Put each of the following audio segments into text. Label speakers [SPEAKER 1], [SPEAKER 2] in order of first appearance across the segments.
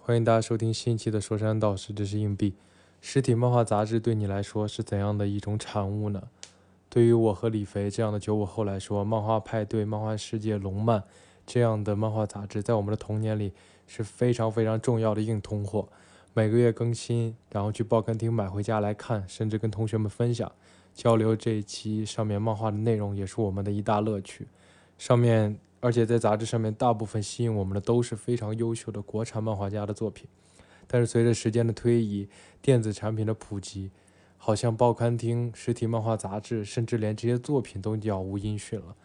[SPEAKER 1] 欢迎大家收听新一期的《说山道士》，这是硬币。实体漫画杂志对你来说是怎样的一种产物呢？对于我和李肥这样的九五后来说，漫画派对、漫画世界、龙漫这样的漫画杂志，在我们的童年里是非常非常重要的硬通货。每个月更新，然后去报刊亭买回家来看，甚至跟同学们分享交流。这一期上面漫画的内容也是我们的一大乐趣。上面而且在杂志上面，大部分吸引我们的都是非常优秀的国产漫画家的作品。但是随着时间的推移，电子产品的普及，好像报刊厅、实体漫画杂志，甚至连这些作品都杳无音讯了。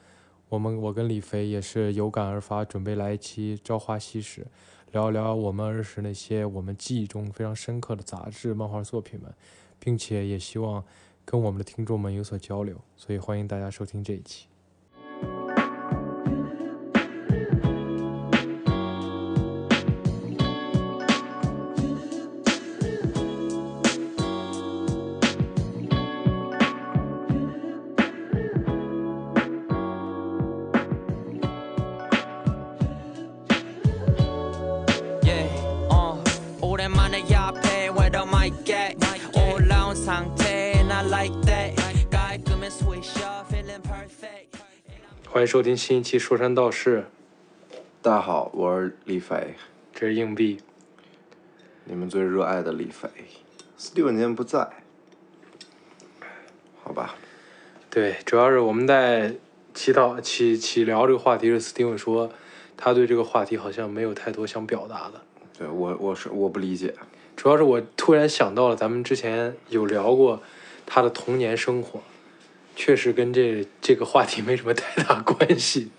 [SPEAKER 1] 我们，我跟李飞也是有感而发，准备来一期《朝花夕拾》，聊一聊我们儿时那些我们记忆中非常深刻的杂志、漫画作品们，并且也希望跟我们的听众们有所交流。所以欢迎大家收听这一期。
[SPEAKER 2] Yeah, uh, 오랜만에 야패 외로 마이게 올라온 상태 and I like that 깔끔해 스위셔 feeling perfect
[SPEAKER 1] 欢迎收听新一期《说山道士》，
[SPEAKER 3] 大家好，我是李飞，
[SPEAKER 1] 这是硬币。
[SPEAKER 3] 你们最热爱的李飞。Steven 今天不在，好吧？
[SPEAKER 1] 对，主要是我们在起讨起起聊这个话题是 Steven 说，他对这个话题好像没有太多想表达的。
[SPEAKER 3] 对我，我是我不理解。
[SPEAKER 1] 主要是我突然想到了，咱们之前有聊过他的童年生活，确实跟这这个话题没什么太大关系。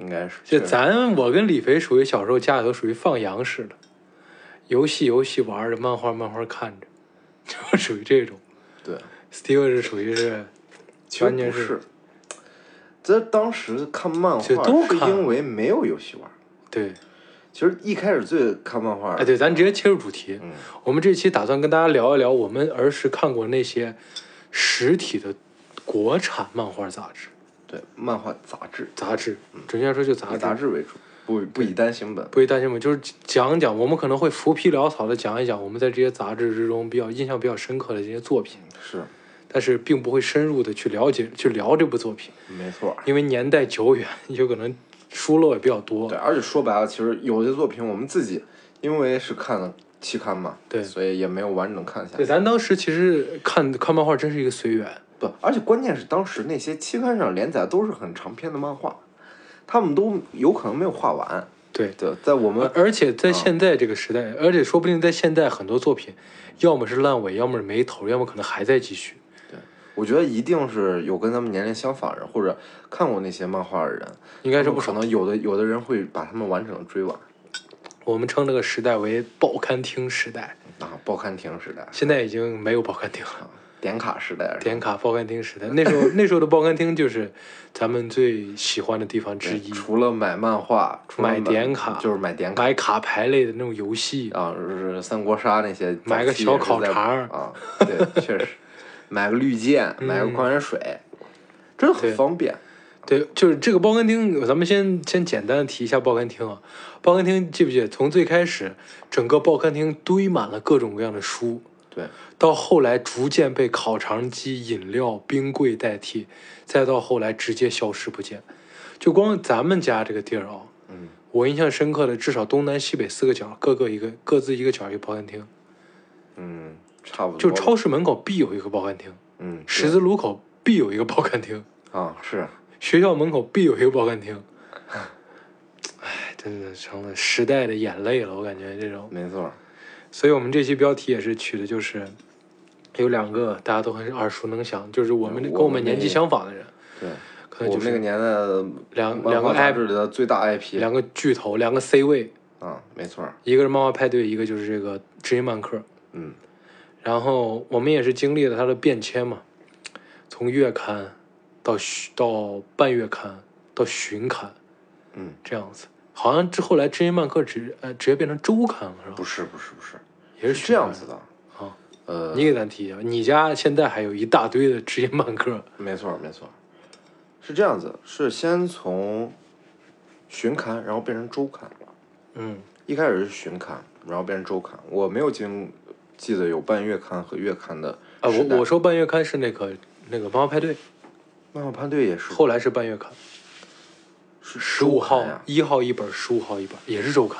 [SPEAKER 3] 应该是
[SPEAKER 1] 就咱我跟李肥属于小时候家里头属于放羊式的，游戏游戏玩着，漫画漫画看着， 就属于这种。
[SPEAKER 3] 对，
[SPEAKER 1] Steven 是属于是
[SPEAKER 3] 其实
[SPEAKER 1] 完全
[SPEAKER 3] 不
[SPEAKER 1] 是
[SPEAKER 3] 是。这当时看漫画
[SPEAKER 1] 这都
[SPEAKER 3] 是
[SPEAKER 1] 看
[SPEAKER 3] 因为没有游戏玩。
[SPEAKER 1] 对。
[SPEAKER 3] 其实一开始最看漫画，
[SPEAKER 1] 哎，对，咱直接切入主题。
[SPEAKER 3] 嗯
[SPEAKER 1] 我们这期打算跟大家聊一聊我们儿时看过那些实体的国产漫画杂志、
[SPEAKER 3] 对漫画杂志，
[SPEAKER 1] 杂志，准确说就杂
[SPEAKER 3] 以
[SPEAKER 1] 志。
[SPEAKER 3] 嗯杂志为主，不不以单行本。
[SPEAKER 1] 不会担心我们就是讲讲，我们可能会浮皮潦草的讲一讲我们在这些杂志之中比较印象比较深刻的这些作品，
[SPEAKER 3] 是，
[SPEAKER 1] 但是并不会深入的去了解去聊这部作品，
[SPEAKER 3] 没错。
[SPEAKER 1] 因为年代久远，有可能疏漏也比较多
[SPEAKER 3] 对，。而且说白了，其实有些作品我们自己因为是看了期刊嘛，
[SPEAKER 1] 对
[SPEAKER 3] 所以也没有完整地看下来
[SPEAKER 1] 对，。咱当时其实看看漫画真是一个随缘，
[SPEAKER 3] 不，而且关键是当时那些期刊上连载都是很长篇的漫画，他们都有可能没有画完。
[SPEAKER 1] 对，
[SPEAKER 3] 对，在我
[SPEAKER 1] 而
[SPEAKER 3] 们
[SPEAKER 1] 而且在现在这个时代，而且说不定在现在很多作品，要么是烂尾，要么是没头，要么可能还在继续。
[SPEAKER 3] 我觉得一定是有跟咱们年龄相仿人或者看过那些漫画的人，
[SPEAKER 1] 应该是不
[SPEAKER 3] 可
[SPEAKER 1] 少。
[SPEAKER 3] 能有的有的人会把他们完整的追完
[SPEAKER 1] 我们称这个时代为报刊厅时代，
[SPEAKER 3] 啊，报刊亭时代、
[SPEAKER 1] 现在已经没有报刊厅了。
[SPEAKER 3] 啊点卡时代是吧，
[SPEAKER 1] 点卡报刊厅时代，那时候那时候的报刊厅就是咱们最喜欢的地方之
[SPEAKER 3] 对
[SPEAKER 1] 一，
[SPEAKER 3] 除了买漫画，除了
[SPEAKER 1] 买点卡
[SPEAKER 3] 就是买点卡
[SPEAKER 1] 买卡牌类的那种游戏，
[SPEAKER 3] 啊，就是三国杀那些，
[SPEAKER 1] 买个小烤肠儿
[SPEAKER 3] 啊，对，确实， 买个绿箭，买个矿泉水，真的
[SPEAKER 1] 嗯对
[SPEAKER 3] 很方便。
[SPEAKER 1] 对，就是这个报刊厅，咱们先先简单的提一下报刊厅啊。报刊厅记不记得，从最开始，整个报刊厅堆满了各种各样的书，
[SPEAKER 3] 对，
[SPEAKER 1] 到后来逐渐被烤肠机、饮料、冰柜代替，再到后来直接消失不见。就光咱们家这个地儿啊，
[SPEAKER 3] 嗯，
[SPEAKER 1] 我印象深刻的至少东南西北四个角，各个一个各自一个角一个报刊厅，
[SPEAKER 3] 嗯，差不多。
[SPEAKER 1] 就超，市门口必有一个报刊厅，
[SPEAKER 3] 嗯，
[SPEAKER 1] 十
[SPEAKER 3] 是
[SPEAKER 1] 字路口必有一个报刊厅，
[SPEAKER 3] 啊，是
[SPEAKER 1] 学校门口必有一个报刊厅。
[SPEAKER 3] 嗯
[SPEAKER 1] 唉，真的成了时代的眼泪了，我感觉这种。
[SPEAKER 3] 没错，
[SPEAKER 1] 所以我们这期标题也是取的就是有两个大家都很耳熟能详，就是我们
[SPEAKER 3] 嗯
[SPEAKER 1] 跟我
[SPEAKER 3] 我
[SPEAKER 1] 们
[SPEAKER 3] 们
[SPEAKER 1] 年纪
[SPEAKER 3] 那
[SPEAKER 1] 相仿的人，
[SPEAKER 3] 对，
[SPEAKER 1] 可能
[SPEAKER 3] 我
[SPEAKER 1] 就
[SPEAKER 3] 们那个
[SPEAKER 1] 是
[SPEAKER 3] 年代的
[SPEAKER 1] 两
[SPEAKER 3] 漫
[SPEAKER 1] 两个
[SPEAKER 3] 画杂
[SPEAKER 1] app
[SPEAKER 3] 志里的最大 IP，
[SPEAKER 1] 两个巨头，两个 C 位，
[SPEAKER 3] 啊，没错，
[SPEAKER 1] 一个是漫画派对，一个就是这个知音漫客。
[SPEAKER 3] 嗯，
[SPEAKER 1] 然后我们也是经历了它的变迁嘛，从月刊到旬到半月刊到旬刊
[SPEAKER 3] 嗯，
[SPEAKER 1] 这样子，好像之后来知音漫客直呃直接变成周刊了是吧？
[SPEAKER 3] 不是不是不是，
[SPEAKER 1] 也是
[SPEAKER 3] 是
[SPEAKER 1] 旬
[SPEAKER 3] 这样
[SPEAKER 1] 刊
[SPEAKER 3] 子的，
[SPEAKER 1] 啊。
[SPEAKER 3] 呃，
[SPEAKER 1] 你给咱提一下，啊你家现在还有一大堆的知音漫客，
[SPEAKER 3] 没错没错，是这样子，是先从巡刊，然后变成周刊，
[SPEAKER 1] 嗯，
[SPEAKER 3] 一开始是巡刊，然后变成周刊。我没有经记得有半月刊和月刊的
[SPEAKER 1] 啊，
[SPEAKER 3] 时代
[SPEAKER 1] 我我说半月刊是那个那个漫画派对，
[SPEAKER 3] 漫画派对也是
[SPEAKER 1] 后来是半月刊，
[SPEAKER 3] 是
[SPEAKER 1] 十五号
[SPEAKER 3] 呀，
[SPEAKER 1] 一号一本，十五号一本，也是周刊。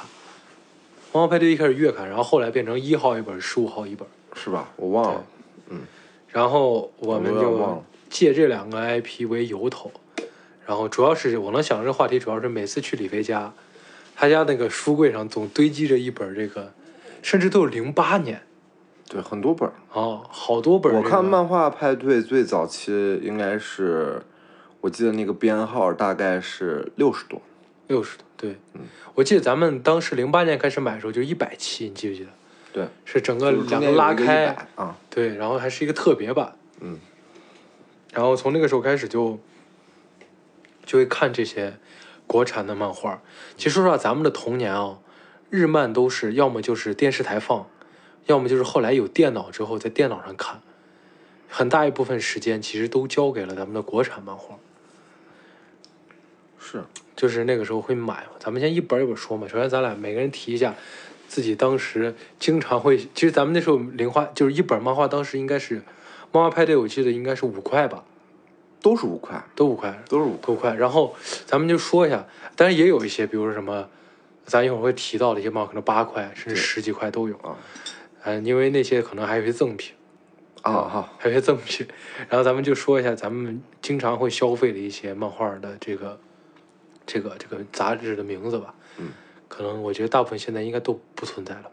[SPEAKER 1] 漫画派对一开始月刊，然后后来变成一号一本，十五号一本，
[SPEAKER 3] 是吧？我忘了，
[SPEAKER 1] 然后我们
[SPEAKER 3] 我有点忘
[SPEAKER 1] 就
[SPEAKER 3] 了
[SPEAKER 1] 借这两个 IP 为由头，然后主要是我能想这个话题，主要是每次去李飞家，他家那个书柜上总堆积着一本这个，甚至都是零八年
[SPEAKER 3] 对，很多本儿。
[SPEAKER 1] 啊，好多本、这
[SPEAKER 3] 我
[SPEAKER 1] 个。
[SPEAKER 3] 看漫画派对最早期应该是，我记得那个编号大概是六十多，
[SPEAKER 1] 六十多，对，
[SPEAKER 3] 嗯
[SPEAKER 1] 我记得咱们当时零八年开始买的时候就一百期，你记不记得？
[SPEAKER 3] 对，
[SPEAKER 1] 是整个
[SPEAKER 3] 就
[SPEAKER 1] 两
[SPEAKER 3] 是中间有一
[SPEAKER 1] 拉
[SPEAKER 3] 个
[SPEAKER 1] 开，
[SPEAKER 3] 100啊，
[SPEAKER 1] 对，然后还是一个特别版，
[SPEAKER 3] 嗯，
[SPEAKER 1] 然后从那个时候开始就就会看这些国产的漫画。其实说实话，咱们的童年啊，日漫都是要么就是电视台放，要么就是后来有电脑之后在电脑上看，很大一部分时间其实都交给了咱们的国产漫画。
[SPEAKER 3] 是
[SPEAKER 1] 就是那个时候会买嘛。咱们先一本一本说嘛。首先，咱俩每个人提一下自己当时经常会，其实咱们那时候零花就是一本漫画，当时应该是漫画派对，我记得应该是五块吧，
[SPEAKER 3] 都是五块，
[SPEAKER 1] 都五块，
[SPEAKER 3] 都是五
[SPEAKER 1] 都
[SPEAKER 3] 块
[SPEAKER 1] 五，块。然后咱们就说一下，当然也有一些，比如说什么，咱一会儿会提到的一些漫画，可能八块甚至十几块都有
[SPEAKER 3] 啊。
[SPEAKER 1] 嗯，因为那些可能还有一些赠品，
[SPEAKER 3] 啊哈，
[SPEAKER 1] 还有一些赠品。然后咱们就说一下咱们经常会消费的一些漫画的这个这个这个杂志的名字吧。
[SPEAKER 3] 嗯，
[SPEAKER 1] 可能我觉得大部分现在应该都不存在了吧。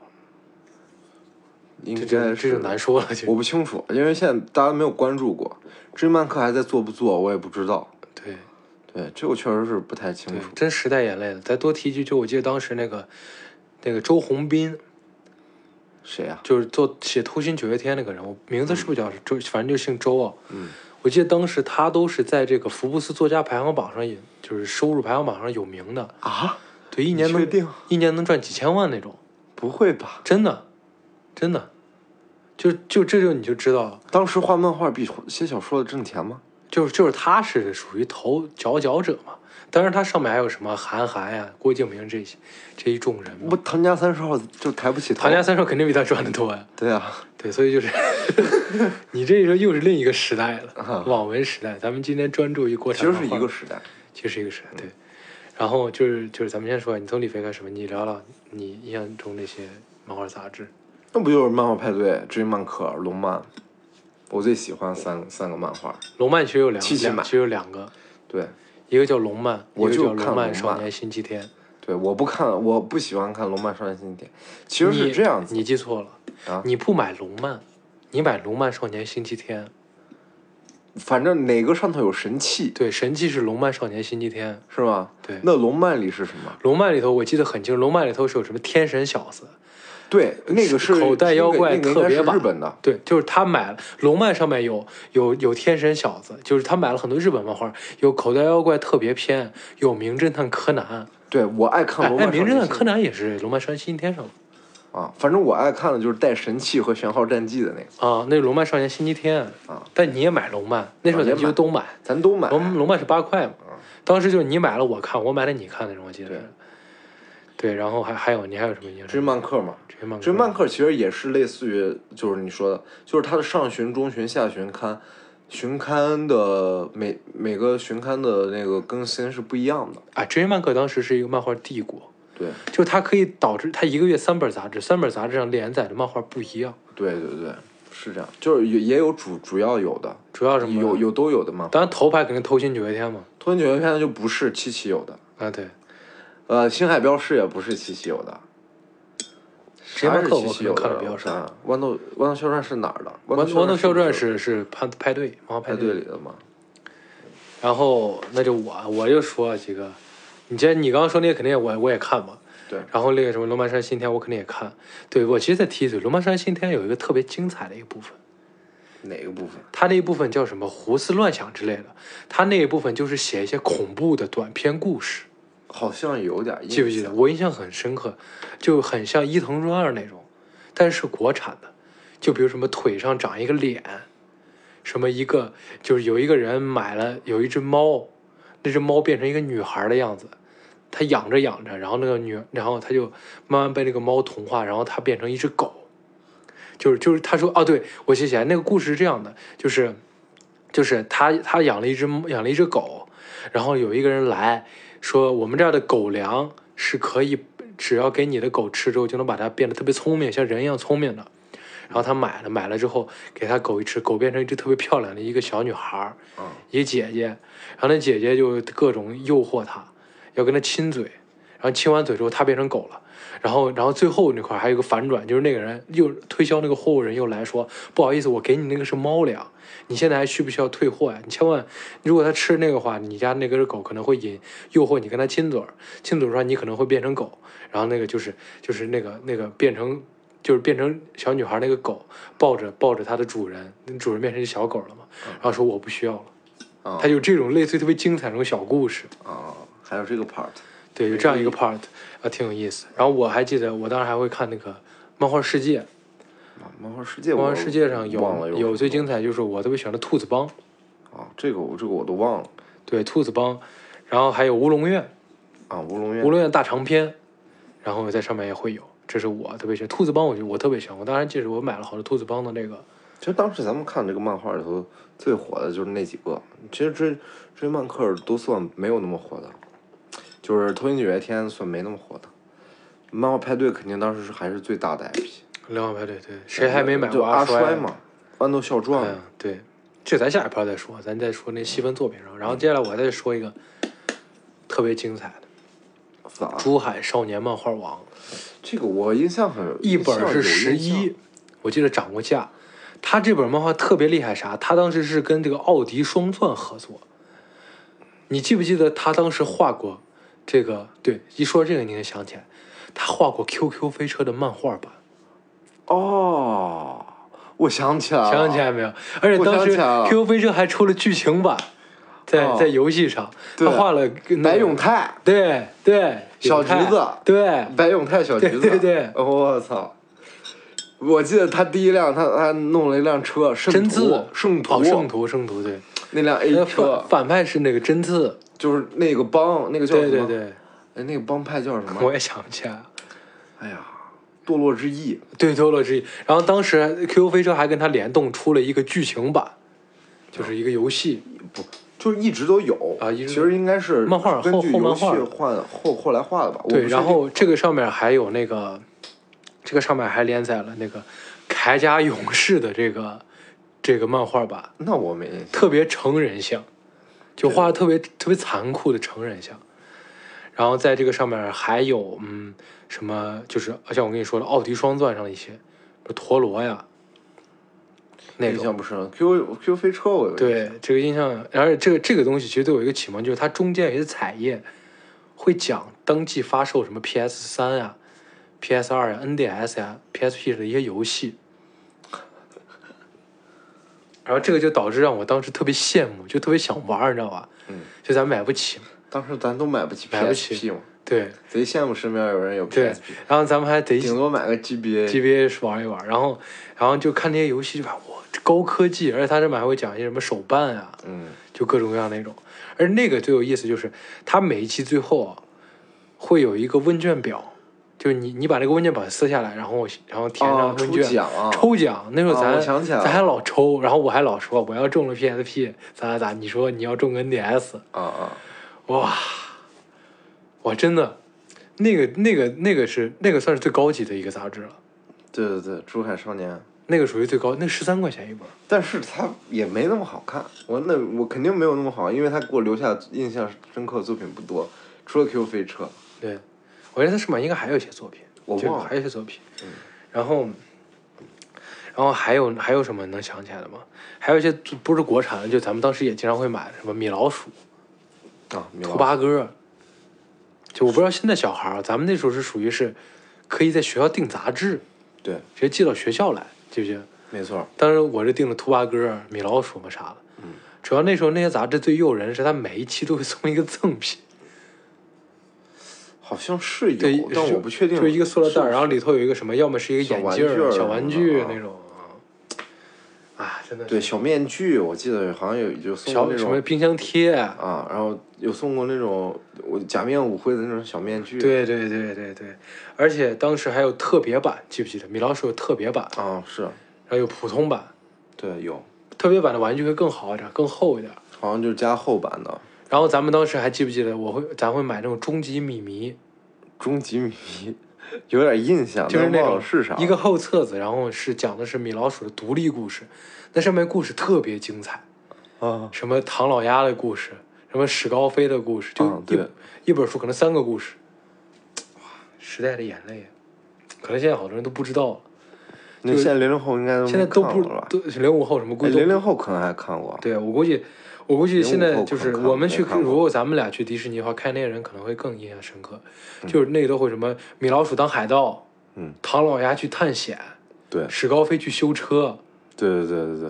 [SPEAKER 3] 应
[SPEAKER 1] 这
[SPEAKER 3] 该
[SPEAKER 1] 就是这就难说了，就
[SPEAKER 3] 我不清楚，因为现在大家没有关注过，至于漫客还在做不做，我也不知道。
[SPEAKER 1] 对
[SPEAKER 3] 对，这我确实是不太
[SPEAKER 1] 对
[SPEAKER 3] 清楚，。
[SPEAKER 1] 真时代眼泪了。再多提一句，就我记得当时那个那个周鸿斌，
[SPEAKER 3] 谁啊呀、
[SPEAKER 1] 就是做写《偷心九月天》那个人，我名字是不是叫周？反正就姓周啊。
[SPEAKER 3] 嗯，
[SPEAKER 1] 我记得当时他都是在这个福布斯作家排行榜上，也就是收入排行榜上有名的。
[SPEAKER 3] 啊？
[SPEAKER 1] 对，一年
[SPEAKER 3] 你
[SPEAKER 1] 能
[SPEAKER 3] 确定？
[SPEAKER 1] 一年能赚几千万那种，
[SPEAKER 3] 不会吧？
[SPEAKER 1] 真的，真的，就就这就你就知道了，
[SPEAKER 3] 当时画漫画比写小说的挣钱吗？
[SPEAKER 1] 就是就是他是属于头佼佼者嘛。当然，他上面还有什么韩寒呀、郭敬明这些这一众人嘛。
[SPEAKER 3] 我唐家三十号就抬不起头。
[SPEAKER 1] 唐家三少肯定比他赚的多呀、
[SPEAKER 3] 对啊，
[SPEAKER 1] 对，所以 就是你这时候又是另一个时代了
[SPEAKER 3] 啊，
[SPEAKER 1] 网文时代。咱们今天专注于国
[SPEAKER 3] 其
[SPEAKER 1] 产
[SPEAKER 3] 实
[SPEAKER 1] 漫画，
[SPEAKER 3] 是一个时代。
[SPEAKER 1] 其实是一个时代，对。然后就是就是咱们先说，你从李飞开始吧，你聊聊你印象中那些漫画杂志。
[SPEAKER 3] 那不就是漫画派对、追漫客、龙漫？我最喜欢三三个漫画。
[SPEAKER 1] 龙漫其实有两
[SPEAKER 3] 七七
[SPEAKER 1] 两
[SPEAKER 3] 买
[SPEAKER 1] 其实有两个，
[SPEAKER 3] 对
[SPEAKER 1] 一个叫龙漫，
[SPEAKER 3] 我
[SPEAKER 1] 一个
[SPEAKER 3] 就
[SPEAKER 1] 叫
[SPEAKER 3] 看
[SPEAKER 1] 龙漫
[SPEAKER 3] 龙
[SPEAKER 1] 少
[SPEAKER 3] 漫
[SPEAKER 1] 年星期天。
[SPEAKER 3] 对，我不看，我不喜欢看《龙漫少年星期天》。其实是这样子
[SPEAKER 1] 你，你记错了，
[SPEAKER 3] 啊
[SPEAKER 1] 你不买龙漫，你买龙漫少年星期天。
[SPEAKER 3] 反正哪个上头有神器
[SPEAKER 1] 对，神器是龙漫少年星期天。
[SPEAKER 3] 是吗？
[SPEAKER 1] 对
[SPEAKER 3] 那龙漫里是什么？
[SPEAKER 1] 龙漫里头我记得很清，楚，龙漫里头是有什么天神小子，
[SPEAKER 3] 对，那个是
[SPEAKER 1] 口袋妖怪
[SPEAKER 3] 那个那个
[SPEAKER 1] 特
[SPEAKER 3] 应
[SPEAKER 1] 别
[SPEAKER 3] 该是
[SPEAKER 1] 版
[SPEAKER 3] 日本的。
[SPEAKER 1] 对，就是他买了龙漫上面有有有天神小子，就是他买了很多日本漫画，有口袋妖怪特别篇，有名侦探柯南，
[SPEAKER 3] 对，我爱
[SPEAKER 1] 哎
[SPEAKER 3] 看龙
[SPEAKER 1] 哎，
[SPEAKER 3] 漫少
[SPEAKER 1] 名侦
[SPEAKER 3] 年
[SPEAKER 1] 探
[SPEAKER 3] 星
[SPEAKER 1] 柯南也是龙漫少年星期天上的
[SPEAKER 3] 啊，反正我爱看的就是带神器和玄号战绩的那个，
[SPEAKER 1] 啊，那是龙漫少年星期天
[SPEAKER 3] 啊，
[SPEAKER 1] 但你也买龙漫，那时候
[SPEAKER 3] 啊也
[SPEAKER 1] 咱就
[SPEAKER 3] 买
[SPEAKER 1] 都买，
[SPEAKER 3] 咱都买。嗯
[SPEAKER 1] 龙龙漫是八块嘛，当时就是你买了我看，我买了你看那种，我记得
[SPEAKER 3] 对
[SPEAKER 1] 是。对，然后还还有你还有什么印象？
[SPEAKER 3] 追漫客嘛，
[SPEAKER 1] 追漫
[SPEAKER 3] 追漫客其实也是类似于就是你说的，就是它的上旬、中旬、下旬刊，旬刊的每每个旬刊的那个更新是不一样的。
[SPEAKER 1] 啊，追漫客当时是一个漫画帝国，
[SPEAKER 3] 对，
[SPEAKER 1] 就它可以导致它一个月三本杂志，三本杂志上连载的漫画不一样，
[SPEAKER 3] 对对对，是这样，就是也也有主主要有的，
[SPEAKER 1] 主要什么
[SPEAKER 3] 有有都有的嘛。
[SPEAKER 1] 当然头牌肯定偷心九月天嘛。
[SPEAKER 3] 托尼九月篇就不是七七有的，
[SPEAKER 1] 啊，对，
[SPEAKER 3] 呃，星海标示也不是七七有的。
[SPEAKER 1] 追漫客
[SPEAKER 3] 啥是
[SPEAKER 1] 我可
[SPEAKER 3] 七七
[SPEAKER 1] 能
[SPEAKER 3] 有的
[SPEAKER 1] 看的比较少。
[SPEAKER 3] 啊豌豆豌豆肖战是哪儿的？
[SPEAKER 1] 《豌豌豆
[SPEAKER 3] 肖
[SPEAKER 1] 肖战》是是派派对，漫画
[SPEAKER 3] 派对
[SPEAKER 1] 对。
[SPEAKER 3] 里的吗？
[SPEAKER 1] 然后那就我我就说几个，你这你刚刚说那个肯定也我我也看嘛。
[SPEAKER 3] 对
[SPEAKER 1] 然后那个什么《龙漫山新天》，我肯定也看。对我其实再提一嘴，《龙漫山新天》有一个特别精彩的一个部分，
[SPEAKER 3] 哪个部分？
[SPEAKER 1] 它那一部分叫什么胡思乱想之类的，它那一部分就是写一些恐怖的短篇故事，
[SPEAKER 3] 好像有点印象
[SPEAKER 1] 记不记得？？我印象很深刻，就很像伊藤润二那种，但是国产的，就比如什么腿上长一个脸，什么一个就是有一个人买了有一只猫，那只猫变成一个女孩的样子，它养着养着，然后那个女，然后它就慢慢被那个猫同化，然后它变成一只狗。就是就是，他说哦，对我记起来，那个故事是这样的，就是就是他他养了一只养了一只狗，然后有一个人来说，我们这儿的狗粮是可以，只要给你的狗吃之后，就能把它变得特别聪明，像人一样聪明的。然后他买了，买了之后给他狗一吃，狗变成一只特别漂亮的一个小女孩儿，
[SPEAKER 3] 嗯
[SPEAKER 1] 一个姐姐。然后那姐姐就各种诱惑他，要跟他亲嘴，然后亲完嘴之后他变成狗了。然后，然后最后那块儿还有个反转，就是那个人又推销那个货物人又来说，不好意思，我给你那个是猫粮，你现在还需不需要退货呀、你千万，如果他吃那个话，你家那根狗可能会引诱惑你跟他亲嘴儿，亲嘴儿的话你可能会变成狗，然后那个就是就是那个那个变成就是变成小女孩那个狗抱着抱着它的主人，那主人变成一小狗了嘛，
[SPEAKER 3] 嗯
[SPEAKER 1] 然后说我不需要了，
[SPEAKER 3] 啊
[SPEAKER 1] 它有这种类似于特别精彩的那种小故事。
[SPEAKER 3] 啊，还有这个 part，
[SPEAKER 1] 对，有这样一个 part，啊，挺有意思。然后我还记得，我当时还会看那个《漫画世界》，《
[SPEAKER 3] 啊漫画世界
[SPEAKER 1] 漫
[SPEAKER 3] 我
[SPEAKER 1] 画世界》上
[SPEAKER 3] 忘了
[SPEAKER 1] 有
[SPEAKER 3] 有
[SPEAKER 1] 最精彩就是我特别喜欢的兔子帮，
[SPEAKER 3] 啊，这个我这个我都忘了
[SPEAKER 1] 对，兔子帮，然后还有乌龙院，
[SPEAKER 3] 啊，乌龙
[SPEAKER 1] 乌
[SPEAKER 3] 院
[SPEAKER 1] 龙院大长篇，然后在上面也会有。这是我特别喜欢兔子帮，我就我特别喜欢。我当时记得我买了好多兔子帮的那个，
[SPEAKER 3] 其实当时咱们看这个漫画里头最火的就是那几个，其实追追漫客都算没有那么火的，就是《偷星九月天》算没那么火的，漫画派对肯定当时是还是最大的 IP。
[SPEAKER 1] 两网派对对，谁还没买
[SPEAKER 3] 就
[SPEAKER 1] 过
[SPEAKER 3] 阿
[SPEAKER 1] 衰啊
[SPEAKER 3] 衰？嘛，豌豆笑传
[SPEAKER 1] 嗯
[SPEAKER 3] 嘛，，
[SPEAKER 1] 对，这咱下一盘再说，咱再说那细分作品上。然后接下来我再说一个特别精彩的
[SPEAKER 3] 咋
[SPEAKER 1] 《珠海少年漫画王》。
[SPEAKER 3] 这个我印象很
[SPEAKER 1] 一本儿是十
[SPEAKER 3] 印象有印
[SPEAKER 1] 一，我记得涨过价。他这本漫画特别厉害啥？他当时是跟这个奥迪双钻合作。你记不记得他当时画过这个？对，一说这个你能想起来，他画过《QQ 飞车》的漫画版，
[SPEAKER 3] 象哦，我想起来了，
[SPEAKER 1] 想起来没有？而且
[SPEAKER 3] 啊我
[SPEAKER 1] 当
[SPEAKER 3] 想
[SPEAKER 1] 时
[SPEAKER 3] 起来了
[SPEAKER 1] 《QQ 飞车》还出了剧情版，在、
[SPEAKER 3] 哦
[SPEAKER 1] 在游戏上，
[SPEAKER 3] 对
[SPEAKER 1] 他画了
[SPEAKER 3] 白永，泰，
[SPEAKER 1] 对对，
[SPEAKER 3] 小
[SPEAKER 1] 永泰
[SPEAKER 3] 橘子
[SPEAKER 1] 对
[SPEAKER 3] 白永泰小橘子，
[SPEAKER 1] 对对对
[SPEAKER 3] 哦我操！我记得他第一辆，他他弄了一辆车，圣
[SPEAKER 1] 真
[SPEAKER 3] 途
[SPEAKER 1] 字，
[SPEAKER 3] 圣途，
[SPEAKER 1] 哦圣途圣途对，
[SPEAKER 3] 那辆 A
[SPEAKER 1] 那
[SPEAKER 3] 车
[SPEAKER 1] 反反派是那个真字，
[SPEAKER 3] 就是那个帮，那个叫什
[SPEAKER 1] 对
[SPEAKER 3] 么？
[SPEAKER 1] 对对，
[SPEAKER 3] 哎，那个帮派叫什
[SPEAKER 1] 我
[SPEAKER 3] 么？
[SPEAKER 1] 也想不起来。
[SPEAKER 3] 哎呀，堕落之翼
[SPEAKER 1] 对，多洛之翼。然后当时 QQ 飞车还跟它联动出了一个剧情版，就是一个游戏。
[SPEAKER 3] 不，就是一直都有
[SPEAKER 1] 啊一直
[SPEAKER 3] 其实应该是
[SPEAKER 1] 漫画
[SPEAKER 3] 根据
[SPEAKER 1] 后后
[SPEAKER 3] 游
[SPEAKER 1] 漫
[SPEAKER 3] 戏
[SPEAKER 1] 画
[SPEAKER 3] 换后后来画的吧？我不
[SPEAKER 1] 对，
[SPEAKER 3] 确
[SPEAKER 1] 然
[SPEAKER 3] 定
[SPEAKER 1] 后这个上面还有那个，这个上面还连载了那个铠甲勇士的这个这个漫画版，
[SPEAKER 3] 那我没印象。
[SPEAKER 1] 特别成人像，就画的特别特别残酷的成人像。然后在这个上面还有嗯什么，就是像我跟你说的奥迪双钻上的一些，比如陀螺呀，那
[SPEAKER 3] 印
[SPEAKER 1] 种。
[SPEAKER 3] 象不深。Q Q 飞车我有印象
[SPEAKER 1] 对这个印象，而且这个这个东西其实对我一个启蒙，就是它中间有一些彩页会讲登记发售什么 PS 三啊、PS 二啊、NDS 呀、PSP 的一些游戏，然后这个就导致让我当时特别羡慕，就特别想玩儿，你知道吧？
[SPEAKER 3] 嗯，
[SPEAKER 1] 就咱买不起嘛，
[SPEAKER 3] 当时咱都买不起
[SPEAKER 1] 买不起
[SPEAKER 3] PSP 嘛，
[SPEAKER 1] 对
[SPEAKER 3] 贼羡慕身边有人有
[SPEAKER 1] 对
[SPEAKER 3] PSP，，
[SPEAKER 1] 然后咱们还得
[SPEAKER 3] 顶多买个 GBA。
[SPEAKER 1] GBA 是玩一玩，然后然后就看那些游戏，就感觉哇这高科技，而且它这里面还会讲一些什么手办啊，
[SPEAKER 3] 嗯，
[SPEAKER 1] 就各种各样那种。而那个最有意思就是，它每一期最后啊，会有一个问卷表，就是你你把这个问卷表撕下来，然后然后填
[SPEAKER 3] 啊
[SPEAKER 1] 上，问
[SPEAKER 3] 抽
[SPEAKER 1] 卷。
[SPEAKER 3] 奖啊，
[SPEAKER 1] 抽奖那时候
[SPEAKER 3] 啊
[SPEAKER 1] 咱、
[SPEAKER 3] 我想起来了
[SPEAKER 1] 咱还老抽，然后我还老说我要中了 PSP 咋咋咋，你说你要中个 NDS，
[SPEAKER 3] 啊啊，
[SPEAKER 1] 哇，哇真的，那个那个那个是那个算是最高级的一个杂志了，
[SPEAKER 3] 对对对，珠海少年。
[SPEAKER 1] 那个属于最高，那十三块钱一本，
[SPEAKER 3] 但是它也没那么好看，我那我肯定没有那么好，因为它给我留下印象深刻的作品不多，除了 Q 飞车。
[SPEAKER 1] 对，我觉得他上面应该还有一些作品，
[SPEAKER 3] 我
[SPEAKER 1] 就
[SPEAKER 3] 忘了嗯
[SPEAKER 1] 还有一些作品。然后，然后还有还有什么能想起来的吗？还有一些不是国产的，就咱们当时也经常会买的，什么米老鼠、
[SPEAKER 3] 啊，米
[SPEAKER 1] 兔
[SPEAKER 3] 老
[SPEAKER 1] 八哥。就我不知道现在小孩儿啊，咱们那时候是属于是可以在学校订杂志，
[SPEAKER 3] 对，
[SPEAKER 1] 直接寄到学校来，记不记得？
[SPEAKER 3] 没错，
[SPEAKER 1] 当时我是订的兔八哥、米老鼠嘛啥的。
[SPEAKER 3] 嗯
[SPEAKER 1] 主要那时候那些杂志最诱人是它每一期都会送一个赠品，
[SPEAKER 3] 好像是
[SPEAKER 1] 对
[SPEAKER 3] 有，，但
[SPEAKER 1] 是
[SPEAKER 3] 我不确定。
[SPEAKER 1] 就是一个塑料袋儿，
[SPEAKER 3] 是
[SPEAKER 1] 然后里头有一个什么，要么是一个
[SPEAKER 3] 小
[SPEAKER 1] 眼
[SPEAKER 3] 玩
[SPEAKER 1] 镜
[SPEAKER 3] 具儿
[SPEAKER 1] 儿、小
[SPEAKER 3] 什么
[SPEAKER 1] 玩
[SPEAKER 3] 的
[SPEAKER 1] 具
[SPEAKER 3] 啊
[SPEAKER 1] 那种啊。啊，真的是
[SPEAKER 3] 对，小面具，我记得好像有就送过
[SPEAKER 1] 小
[SPEAKER 3] 那
[SPEAKER 1] 什么
[SPEAKER 3] 种
[SPEAKER 1] 冰箱贴，
[SPEAKER 3] 啊，然后有送过那种我假面舞会的那种小面具。
[SPEAKER 1] 对对对对对，而且当时还有特别版，记不记得？米老鼠有特别版，
[SPEAKER 3] 啊，是，
[SPEAKER 1] 然后有普通版，
[SPEAKER 3] 对，有，
[SPEAKER 1] 特别版的玩具会更好一点，更厚一点。
[SPEAKER 3] 好像就是加厚版的
[SPEAKER 1] 然后咱们当时还记不记得？我会咱会买那种终极米迷，
[SPEAKER 3] 终极迷， 有点印象，
[SPEAKER 1] 就是那
[SPEAKER 3] 但啊忘
[SPEAKER 1] 种
[SPEAKER 3] 了是啥了
[SPEAKER 1] 一个厚册子，然后是讲的是米老鼠的独立故事，那上面故事特别精彩，
[SPEAKER 3] 啊，
[SPEAKER 1] 什么唐老鸭的故事，什么史高飞的故事，就一、
[SPEAKER 3] 啊对
[SPEAKER 1] 一本书可能三个故事。哇，时代的眼泪啊，可能现在好多人都不知道了，
[SPEAKER 3] 那
[SPEAKER 1] 就
[SPEAKER 3] 现在零零后应该都
[SPEAKER 1] 现在都
[SPEAKER 3] 没
[SPEAKER 1] 不
[SPEAKER 3] 看过了吧？哎
[SPEAKER 1] 都零五后什么估计都不
[SPEAKER 3] 零零后可能还看过，
[SPEAKER 1] 对，我估计，我估计现在就
[SPEAKER 3] 05后可
[SPEAKER 1] 是
[SPEAKER 3] 能看
[SPEAKER 1] 我们去，
[SPEAKER 3] 没看过
[SPEAKER 1] 如果咱们俩去迪士尼的话，看那些人可能会更印象深刻。就是那个都会什么米老鼠当海盗，
[SPEAKER 3] 嗯，
[SPEAKER 1] 唐老鸭去探险，
[SPEAKER 3] 对，
[SPEAKER 1] 史高飞去修车，
[SPEAKER 3] 对对对对对，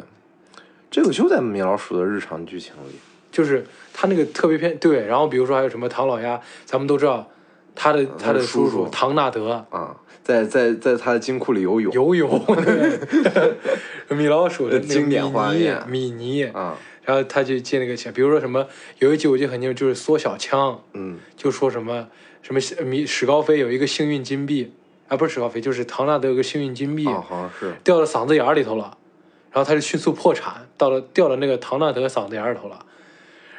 [SPEAKER 3] 这个就在米老鼠的日常剧情里。
[SPEAKER 1] 就是他那个特别偏对。然后比如说还有什么唐老鸭，咱们都知道他的他
[SPEAKER 3] 他的
[SPEAKER 1] 的叔
[SPEAKER 3] 嗯叔叔
[SPEAKER 1] 唐纳德
[SPEAKER 3] 啊，在在在他的金库里游泳
[SPEAKER 1] 游 泳，对米老鼠的那个
[SPEAKER 3] 经典
[SPEAKER 1] 米
[SPEAKER 3] 画
[SPEAKER 1] 妮
[SPEAKER 3] 面
[SPEAKER 1] 米妮，
[SPEAKER 3] 啊，
[SPEAKER 1] 然后他去借那个钱，比如说什么有一集我记得很清楚，就是缩小枪，
[SPEAKER 3] 嗯，
[SPEAKER 1] 就说什么什么米史高飞有一个幸运金币，啊，不是史高飞，就是唐纳德有个幸运金币、
[SPEAKER 3] 啊，好像是，
[SPEAKER 1] 掉到嗓子眼儿里头了，然后他就迅速破产，到了掉到那个唐纳德嗓子眼儿里头了，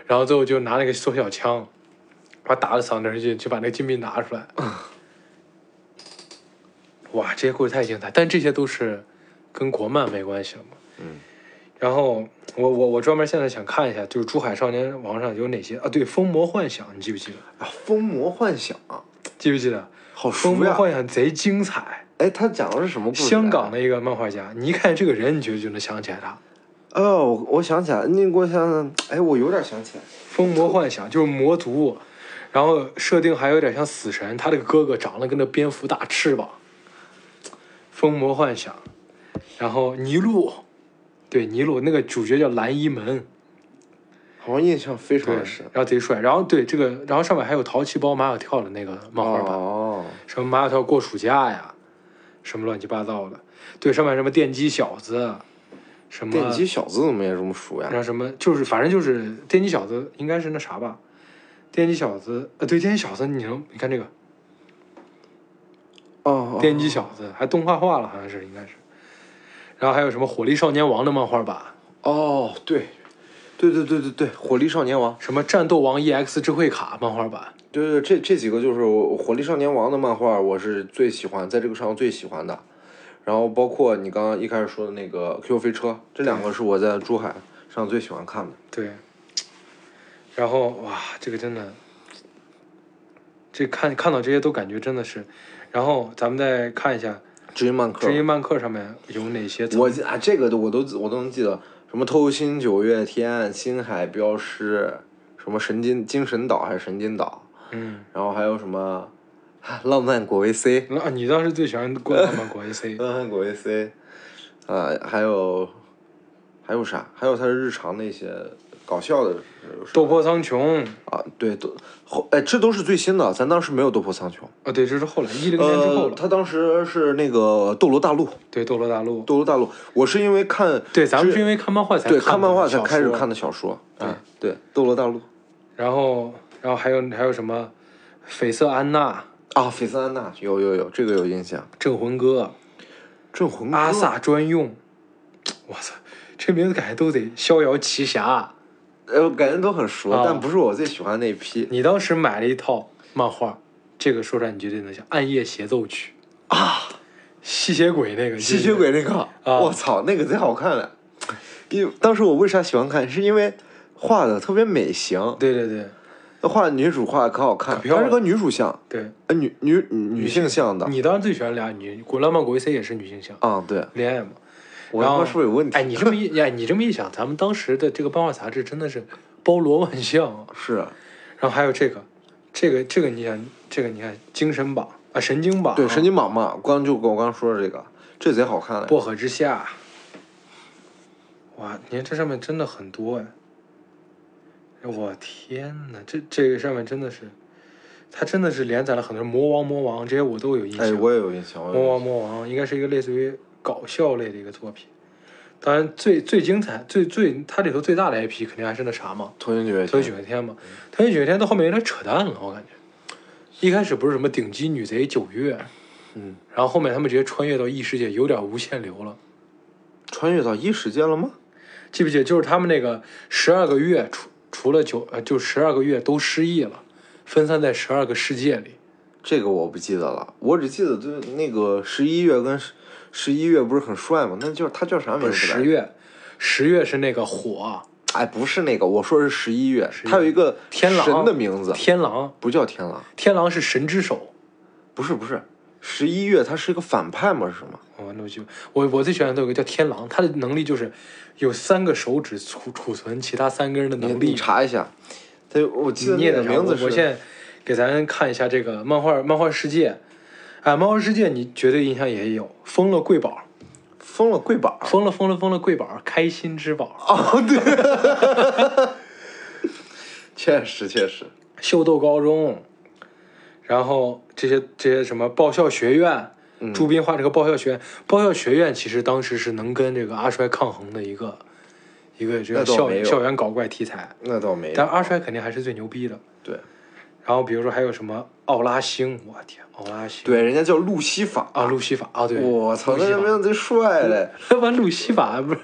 [SPEAKER 1] 然后最后就拿那个缩小枪，把他打到嗓子眼儿去，就把那个金币拿出来。哇，这些故事太精彩，但这些都是跟国漫没关系了嘛。
[SPEAKER 3] 嗯。
[SPEAKER 1] 然后我我我专门现在想看一下，就是《珠海少年王》上有哪些啊？对，《疯魔幻想》，你记不记得？
[SPEAKER 3] 啊，疯魔幻想，
[SPEAKER 1] 记不记得？
[SPEAKER 3] 好
[SPEAKER 1] 《疯
[SPEAKER 3] 熟
[SPEAKER 1] 魔
[SPEAKER 3] 呀！
[SPEAKER 1] 幻想》贼精彩，
[SPEAKER 3] 哎，他讲的是什么故事？
[SPEAKER 1] 香港。的一个漫画家，你一看这个人，你觉得就能想起来他。
[SPEAKER 3] 哦，我我想起来，你给我想想，哎，我有点想起来。
[SPEAKER 1] 疯魔幻想就是魔族，然后设定还有点像死神，他这个哥哥长得跟那蝙蝠大翅膀。疯魔幻想，然后尼禄，对尼禄那个主角叫蓝衣门，
[SPEAKER 3] 好像印象非常
[SPEAKER 1] 对
[SPEAKER 3] 的深，。
[SPEAKER 1] 然后贼帅，然后对这个，然后上面还有淘气包马小跳的那个漫画版，
[SPEAKER 3] 哦，
[SPEAKER 1] 什么马小跳过暑假呀，什么乱七八糟的，对，上面什么电击小子，什么
[SPEAKER 3] 电击小子怎么也这么熟呀？
[SPEAKER 1] 那什么，就是反正就是电击小子，应该是那啥吧？电击小子，呃，对，电击小子，你能你看这个
[SPEAKER 3] 哦，哦
[SPEAKER 1] 电击小子还动画化了，好像是应该是。然后还有什么火力少年王的漫画版，
[SPEAKER 3] 哦，对，对对对对对，火力少年王，
[SPEAKER 1] 什么战斗王 EX 智慧卡漫画版，
[SPEAKER 3] 对对，这这几个就是我《火力少年王》的漫画，我是最喜欢，在这个上最喜欢的。然后包括你刚刚一开始说的那个《Q 飞车》，这两个是我在珠海上最喜欢看的。
[SPEAKER 1] 对。然后哇，这个真的，这看看到这些都感觉真的是。然后咱们再看一下
[SPEAKER 3] 至于漫客
[SPEAKER 1] 知，音漫客上面有哪些曾
[SPEAKER 3] 我记啊，这个都我都我都能记得，什么偷心九月天、星海镖师，什么神经精神岛还是神经岛，
[SPEAKER 1] 嗯，
[SPEAKER 3] 然后还有什么浪漫果维 C，
[SPEAKER 1] 那啊你当时最喜欢过漫漫国 AC
[SPEAKER 3] 浪漫果维 C，啊、还有还有啥？还有他日常的一些搞笑的有啥
[SPEAKER 1] 斗破苍穹，
[SPEAKER 3] 啊，对，都后哎，这都是最新的，咱当时没有《斗破苍穹》。
[SPEAKER 1] 啊，对，这是后来一零年之后
[SPEAKER 3] 呃，
[SPEAKER 1] 了。
[SPEAKER 3] 他当时是那个《斗罗大陆》，《
[SPEAKER 1] 对，《斗罗大陆》
[SPEAKER 3] 斗罗大陆》，我是因为看
[SPEAKER 1] 对，咱们是因为
[SPEAKER 3] 为
[SPEAKER 1] 看漫画才
[SPEAKER 3] 对
[SPEAKER 1] 看
[SPEAKER 3] 看漫画才
[SPEAKER 1] 小
[SPEAKER 3] 开始
[SPEAKER 1] 说
[SPEAKER 3] 看的小说，啊，对，《斗罗大陆》
[SPEAKER 1] 然后，然后还有还有什么《绯色安娜》
[SPEAKER 3] 啊，菲斯安娜有有有，这个有印象，
[SPEAKER 1] 《镇魂歌
[SPEAKER 3] 《镇魂》歌》
[SPEAKER 1] 阿萨专用。我操，这名字感觉都得《逍遥奇侠
[SPEAKER 3] 呃，感觉都很熟，
[SPEAKER 1] 啊
[SPEAKER 3] 但不是我最喜欢的那一》。批
[SPEAKER 1] 你当时买了一套漫画，这个说出来你绝对能想，《暗夜协奏曲》
[SPEAKER 3] 啊，
[SPEAKER 1] 吸血鬼那个。
[SPEAKER 3] 吸血鬼那个，
[SPEAKER 1] 啊
[SPEAKER 3] 我操，那个贼好看了。因为当时我为啥喜欢看，是因为画的特别美型，
[SPEAKER 1] 对对对
[SPEAKER 3] 画女主画的可好看
[SPEAKER 1] 可，漂
[SPEAKER 3] 她是
[SPEAKER 1] 亮
[SPEAKER 3] 个女主像，
[SPEAKER 1] 对，
[SPEAKER 3] 呃，女女女性向的
[SPEAKER 1] 你当时最喜欢俩女，古浪漫国 C 也是女性向
[SPEAKER 3] 啊，对，
[SPEAKER 1] 恋爱嘛。
[SPEAKER 3] 我
[SPEAKER 1] 然
[SPEAKER 3] 他
[SPEAKER 1] 后
[SPEAKER 3] 妈是不是有问题？啊
[SPEAKER 1] 哎，你 这么一哎，你这么一想，咱们当时的这个漫画杂志真的是包罗万象啊。
[SPEAKER 3] 是
[SPEAKER 1] 然后还有这个，这个这个你看，这个你看，精神榜啊，神经榜，
[SPEAKER 3] 对神经网嘛，刚就我刚说的这个，这贼好看啊嘞。
[SPEAKER 1] 啊薄荷之下，哇，你看这上面真的很多哎，哎我天呐，这这个上面真的是，它真的是连载了很多魔王魔王这些
[SPEAKER 3] 哎
[SPEAKER 1] 我都有印象，
[SPEAKER 3] 哎，我也有印象，我也
[SPEAKER 1] 魔
[SPEAKER 3] 有
[SPEAKER 1] 王
[SPEAKER 3] 印象
[SPEAKER 1] 魔王应该是一个类似于搞笑类的一个作品，当然最最精彩、最最它里头最大的 IP 肯定还是那啥嘛，
[SPEAKER 3] 同心绝
[SPEAKER 1] 腾讯九月天嘛，腾讯九月天到后面有点扯淡了，我感觉。一开始不是什么顶级女贼九月，
[SPEAKER 3] 嗯，
[SPEAKER 1] 然后后面他们直接穿越到异世界，有点无限流了。
[SPEAKER 3] 穿越到异世界了吗？
[SPEAKER 1] 记不记得就是他们那个十二个月除除了九呃就十二个月都失忆了，分散在十二个世界里。
[SPEAKER 3] 这个我不记得了，我只记得对那个十一月跟十十一月不是很帅吗？那叫他叫啥名
[SPEAKER 1] 不
[SPEAKER 3] 字？
[SPEAKER 1] 是十，月，十月是那个火
[SPEAKER 3] 哎，不是那个，我说是十一月，
[SPEAKER 1] 月
[SPEAKER 3] 他有一个
[SPEAKER 1] 天狼
[SPEAKER 3] 神的名字，
[SPEAKER 1] 天狼，
[SPEAKER 3] 不叫天狼，
[SPEAKER 1] 天狼是神之手。
[SPEAKER 3] 不是不是，十一月他是一个反派吗？是吗？
[SPEAKER 1] 我哦那我就我我最喜欢的有个叫天狼，他的能力就是有三个手指储储存其他三个人的
[SPEAKER 3] 你
[SPEAKER 1] 能力
[SPEAKER 3] 你。查一下，他我记得
[SPEAKER 1] 你也
[SPEAKER 3] 那
[SPEAKER 1] 得
[SPEAKER 3] 个
[SPEAKER 1] 查
[SPEAKER 3] 名字
[SPEAKER 1] 我我现
[SPEAKER 3] 是
[SPEAKER 1] 在给咱看一下这个漫画漫画世界，啊，漫画世界你绝对印象也有，封了贵宝，
[SPEAKER 3] 封了贵宝。
[SPEAKER 1] 封了封了封了贵宝，开心之宝，
[SPEAKER 3] 哦，对， 确实确实，
[SPEAKER 1] 秀逗高中，然后这些这些什么爆笑学院。
[SPEAKER 3] 嗯
[SPEAKER 1] 朱斌画这个爆笑学院，爆笑学院其实当时是能跟这个阿衰抗衡的一个一个这个
[SPEAKER 3] 那倒
[SPEAKER 1] 校
[SPEAKER 3] 没有
[SPEAKER 1] 校园搞怪题材，
[SPEAKER 3] 那倒没有。
[SPEAKER 1] 但阿衰肯定还是最牛逼的。
[SPEAKER 3] 对
[SPEAKER 1] 然后比如说还有什么奥拉星，我天，奥拉星，
[SPEAKER 3] 对，人家叫路西法
[SPEAKER 1] 啊，路西法啊，对，
[SPEAKER 3] 我操，
[SPEAKER 1] 路
[SPEAKER 3] 那
[SPEAKER 1] 西法
[SPEAKER 3] 名字贼帅嘞！
[SPEAKER 1] 他妈路西法 不是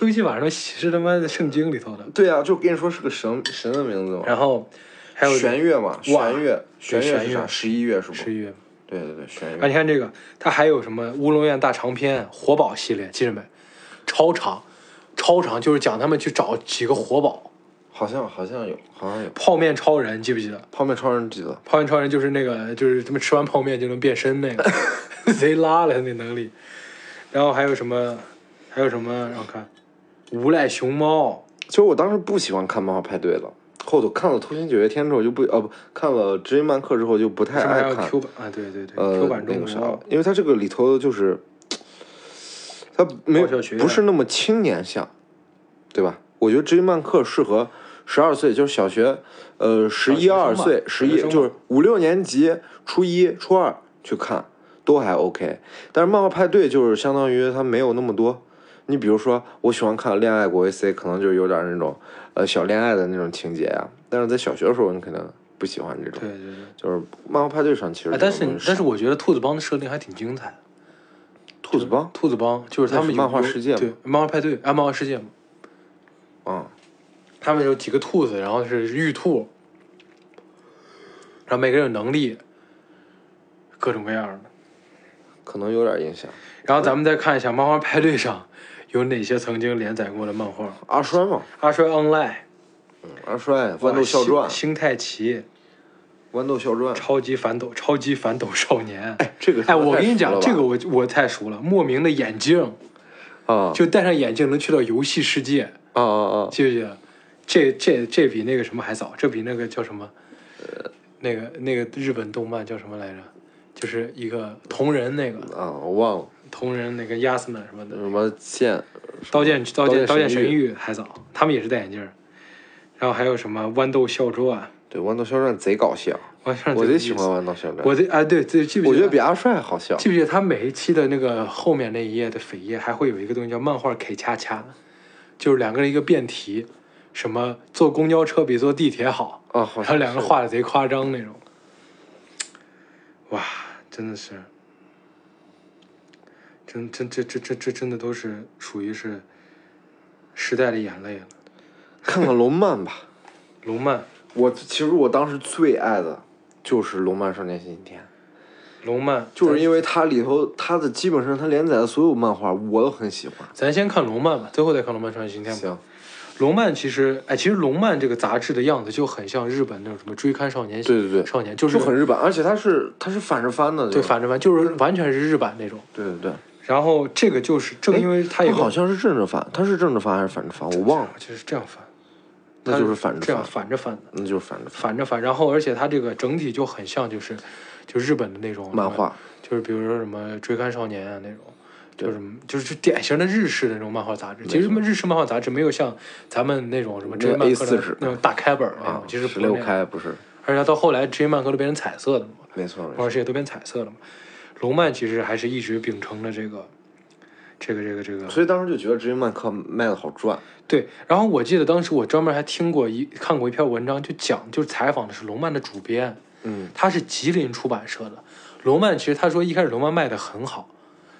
[SPEAKER 1] 路西法，说是他妈的圣经里头的。
[SPEAKER 3] 对啊，就跟你说是个神神的名字嘛。
[SPEAKER 1] 然后还有
[SPEAKER 3] 弦乐嘛，
[SPEAKER 1] 哇
[SPEAKER 3] 弦乐，
[SPEAKER 1] 对
[SPEAKER 3] 弦乐是
[SPEAKER 1] 弦乐
[SPEAKER 3] 啥？十一月是不？
[SPEAKER 1] 十一月，
[SPEAKER 3] 对对对，弦
[SPEAKER 1] 啊，你
[SPEAKER 3] 乐。
[SPEAKER 1] 看这个，它还有什么乌龙院大长篇、活宝系列，记着没？超长，超长就是讲他们去找几个活宝，
[SPEAKER 3] 好像好像有，好像有。
[SPEAKER 1] 泡面超人，记不记得？
[SPEAKER 3] 泡面超人记得，
[SPEAKER 1] 泡面超人就是那个，就是他们吃完泡面就能变身那 个，贼拉了那能力。然后还有什么？还有什么？让我看，无赖熊猫，
[SPEAKER 3] 其实我当时不喜欢看漫画派对了，后头看了《偷心九月天》之后就不，哦不，看了《知音漫客》之后就不太
[SPEAKER 1] 上面还
[SPEAKER 3] 爱
[SPEAKER 1] 有
[SPEAKER 3] 看。
[SPEAKER 1] Q 版啊，对对对、
[SPEAKER 3] 呃
[SPEAKER 1] q 版
[SPEAKER 3] 那
[SPEAKER 1] 中
[SPEAKER 3] 个
[SPEAKER 1] 国
[SPEAKER 3] 啥，因为它这个里头就是，它没有
[SPEAKER 1] 爆笑学院
[SPEAKER 3] 不是那么青年向，对吧？我觉得《知音漫客》适合十二岁，就是小学，呃，十
[SPEAKER 1] 小
[SPEAKER 3] 一
[SPEAKER 1] 学
[SPEAKER 3] 二
[SPEAKER 1] 生吧
[SPEAKER 3] 岁，
[SPEAKER 1] 小
[SPEAKER 3] 十
[SPEAKER 1] 学
[SPEAKER 3] 一
[SPEAKER 1] 生吧
[SPEAKER 3] 就是五六年级，初一、初二去看都还 OK。但是漫画派对就是相当于它没有那么多。你比如说，我喜欢看《恋爱国 AC》，可能就是有点那种呃小恋爱的那种情节啊。但是在小学的时候，你可能不喜欢这种
[SPEAKER 1] 对，对对。
[SPEAKER 3] 就是漫画派对上其实
[SPEAKER 1] 哎，
[SPEAKER 3] 这
[SPEAKER 1] 但
[SPEAKER 3] 种
[SPEAKER 1] 是
[SPEAKER 3] 东西
[SPEAKER 1] 你
[SPEAKER 3] 少、
[SPEAKER 1] 但是我觉得兔子帮的设定还挺精彩的。
[SPEAKER 3] 兔子帮
[SPEAKER 1] 兔子帮就是他
[SPEAKER 3] 那
[SPEAKER 1] 们
[SPEAKER 3] 哎是
[SPEAKER 1] 有
[SPEAKER 3] 漫画
[SPEAKER 1] 有
[SPEAKER 3] 世界吗
[SPEAKER 1] 对漫画派对啊，漫画世界嘛，
[SPEAKER 3] 啊。
[SPEAKER 1] 他们有几个兔子，然后是玉兔，然后每个人有能力，各种各样的。
[SPEAKER 3] 可能有点印象。
[SPEAKER 1] 然后咱们再看一下漫画派对上有哪些曾经连载过的漫画，《
[SPEAKER 3] 阿衰嘛，
[SPEAKER 1] 阿衰 online》、
[SPEAKER 3] 阿衰，
[SPEAKER 1] 《
[SPEAKER 3] 豌豆笑传，
[SPEAKER 1] 星太奇》、
[SPEAKER 3] 豌豆笑
[SPEAKER 1] 《
[SPEAKER 3] 传，
[SPEAKER 1] 超级反斗》、《超级反斗少年》。哎，
[SPEAKER 3] 这个是
[SPEAKER 1] 我跟你讲，
[SPEAKER 3] 太熟
[SPEAKER 1] 这
[SPEAKER 3] 了
[SPEAKER 1] 个
[SPEAKER 3] 吧
[SPEAKER 1] 我我太熟了，莫名的眼镜，
[SPEAKER 3] 啊，
[SPEAKER 1] 就戴上眼镜能去到游戏世界。
[SPEAKER 3] 啊啊啊，
[SPEAKER 1] 记不记得？这这这比那个什么还早，这比那个叫什么？那个那个日本动漫叫什么来着？就是一个同人那个
[SPEAKER 3] 啊，我忘了
[SPEAKER 1] 同人那个亚斯曼什么的，
[SPEAKER 3] 什么剑，
[SPEAKER 1] 刀剑刀剑刀
[SPEAKER 3] 刀
[SPEAKER 1] 剑
[SPEAKER 3] 剑
[SPEAKER 1] 神
[SPEAKER 3] 神
[SPEAKER 1] 域还早，他们也是戴眼镜儿。然后还有什么豌豆笑啊传？
[SPEAKER 3] 对，豌豆笑传贼搞笑，
[SPEAKER 1] 我上
[SPEAKER 3] 我
[SPEAKER 1] 贼有
[SPEAKER 3] 贼
[SPEAKER 1] 意
[SPEAKER 3] 喜
[SPEAKER 1] 思
[SPEAKER 3] 欢豌豆笑传，
[SPEAKER 1] 我这啊对，这记不记
[SPEAKER 3] 我觉得比阿帅好笑
[SPEAKER 1] 记。不记得他每一期的那个后面那一页的扉页还会有一个东西叫漫画 K 恰恰，就是两个人一个辩题，什么坐公交车比坐地铁好
[SPEAKER 3] 啊好像
[SPEAKER 1] 然后两个人
[SPEAKER 3] 是
[SPEAKER 1] 画的贼夸张那种，哇，真的是，真真这这这这真的都是属于是时代的眼泪了。
[SPEAKER 3] 看看龙漫吧，
[SPEAKER 1] 龙漫，
[SPEAKER 3] 我其实我当时最爱的就是《龙漫少年星期天》。
[SPEAKER 1] 龙漫，
[SPEAKER 3] 就是因为它里头，它的基本上它连载的所有漫画我都很喜欢。
[SPEAKER 1] 咱先看龙漫吧，最后再看龙漫传奇天吧。
[SPEAKER 3] 行，
[SPEAKER 1] 龙漫其实，哎，其实龙漫这个杂志的样子就很像日本那种什么追刊少年，
[SPEAKER 3] 对对对
[SPEAKER 1] 少年就是
[SPEAKER 3] 就很日版，而且它是它是反着翻的，
[SPEAKER 1] 对
[SPEAKER 3] 吧
[SPEAKER 1] 反着翻，就是完全是日版那种。
[SPEAKER 3] 对对对。
[SPEAKER 1] 然后这个就是正因为它
[SPEAKER 3] 它
[SPEAKER 1] 有
[SPEAKER 3] 哦好像是正着翻，它是正着翻还是反着翻？我忘了，
[SPEAKER 1] 就是这样翻，
[SPEAKER 3] 那就是反
[SPEAKER 1] 这
[SPEAKER 3] 着
[SPEAKER 1] 样
[SPEAKER 3] 翻，
[SPEAKER 1] 反着翻的，
[SPEAKER 3] 那就是反着翻。
[SPEAKER 1] 反着翻。然后而且它这个整体就很像就是就日本的那种
[SPEAKER 3] 漫画，
[SPEAKER 1] 就是比如说什么追刊少年啊那种。就
[SPEAKER 3] 对
[SPEAKER 1] 是就是典型的日式的那种漫画杂志，其实日式漫画杂志没有像咱们那种什么
[SPEAKER 3] 那个
[SPEAKER 1] J 漫客
[SPEAKER 3] A4
[SPEAKER 1] 的
[SPEAKER 3] 纸
[SPEAKER 1] 那种大开本儿那
[SPEAKER 3] 啊
[SPEAKER 1] 种，，哎其实不
[SPEAKER 3] 十
[SPEAKER 1] 是那
[SPEAKER 3] 六
[SPEAKER 1] 样
[SPEAKER 3] 开不是，
[SPEAKER 1] 而且到后来 J 漫客都变成彩色的了嘛，
[SPEAKER 3] 没错没
[SPEAKER 1] 漫画
[SPEAKER 3] 错。
[SPEAKER 1] 世界都变彩色了嘛。龙漫其实还是一直秉承了这个这个这个这个，
[SPEAKER 3] 所以当时就觉得直接漫客卖的好赚，
[SPEAKER 1] 对。然后我记得当时我专门还听过一看过一篇文章，就讲就是采访的是龙漫的主编，
[SPEAKER 3] 嗯，
[SPEAKER 1] 他是吉林出版社的。龙漫其实他说一开始龙漫卖的很好，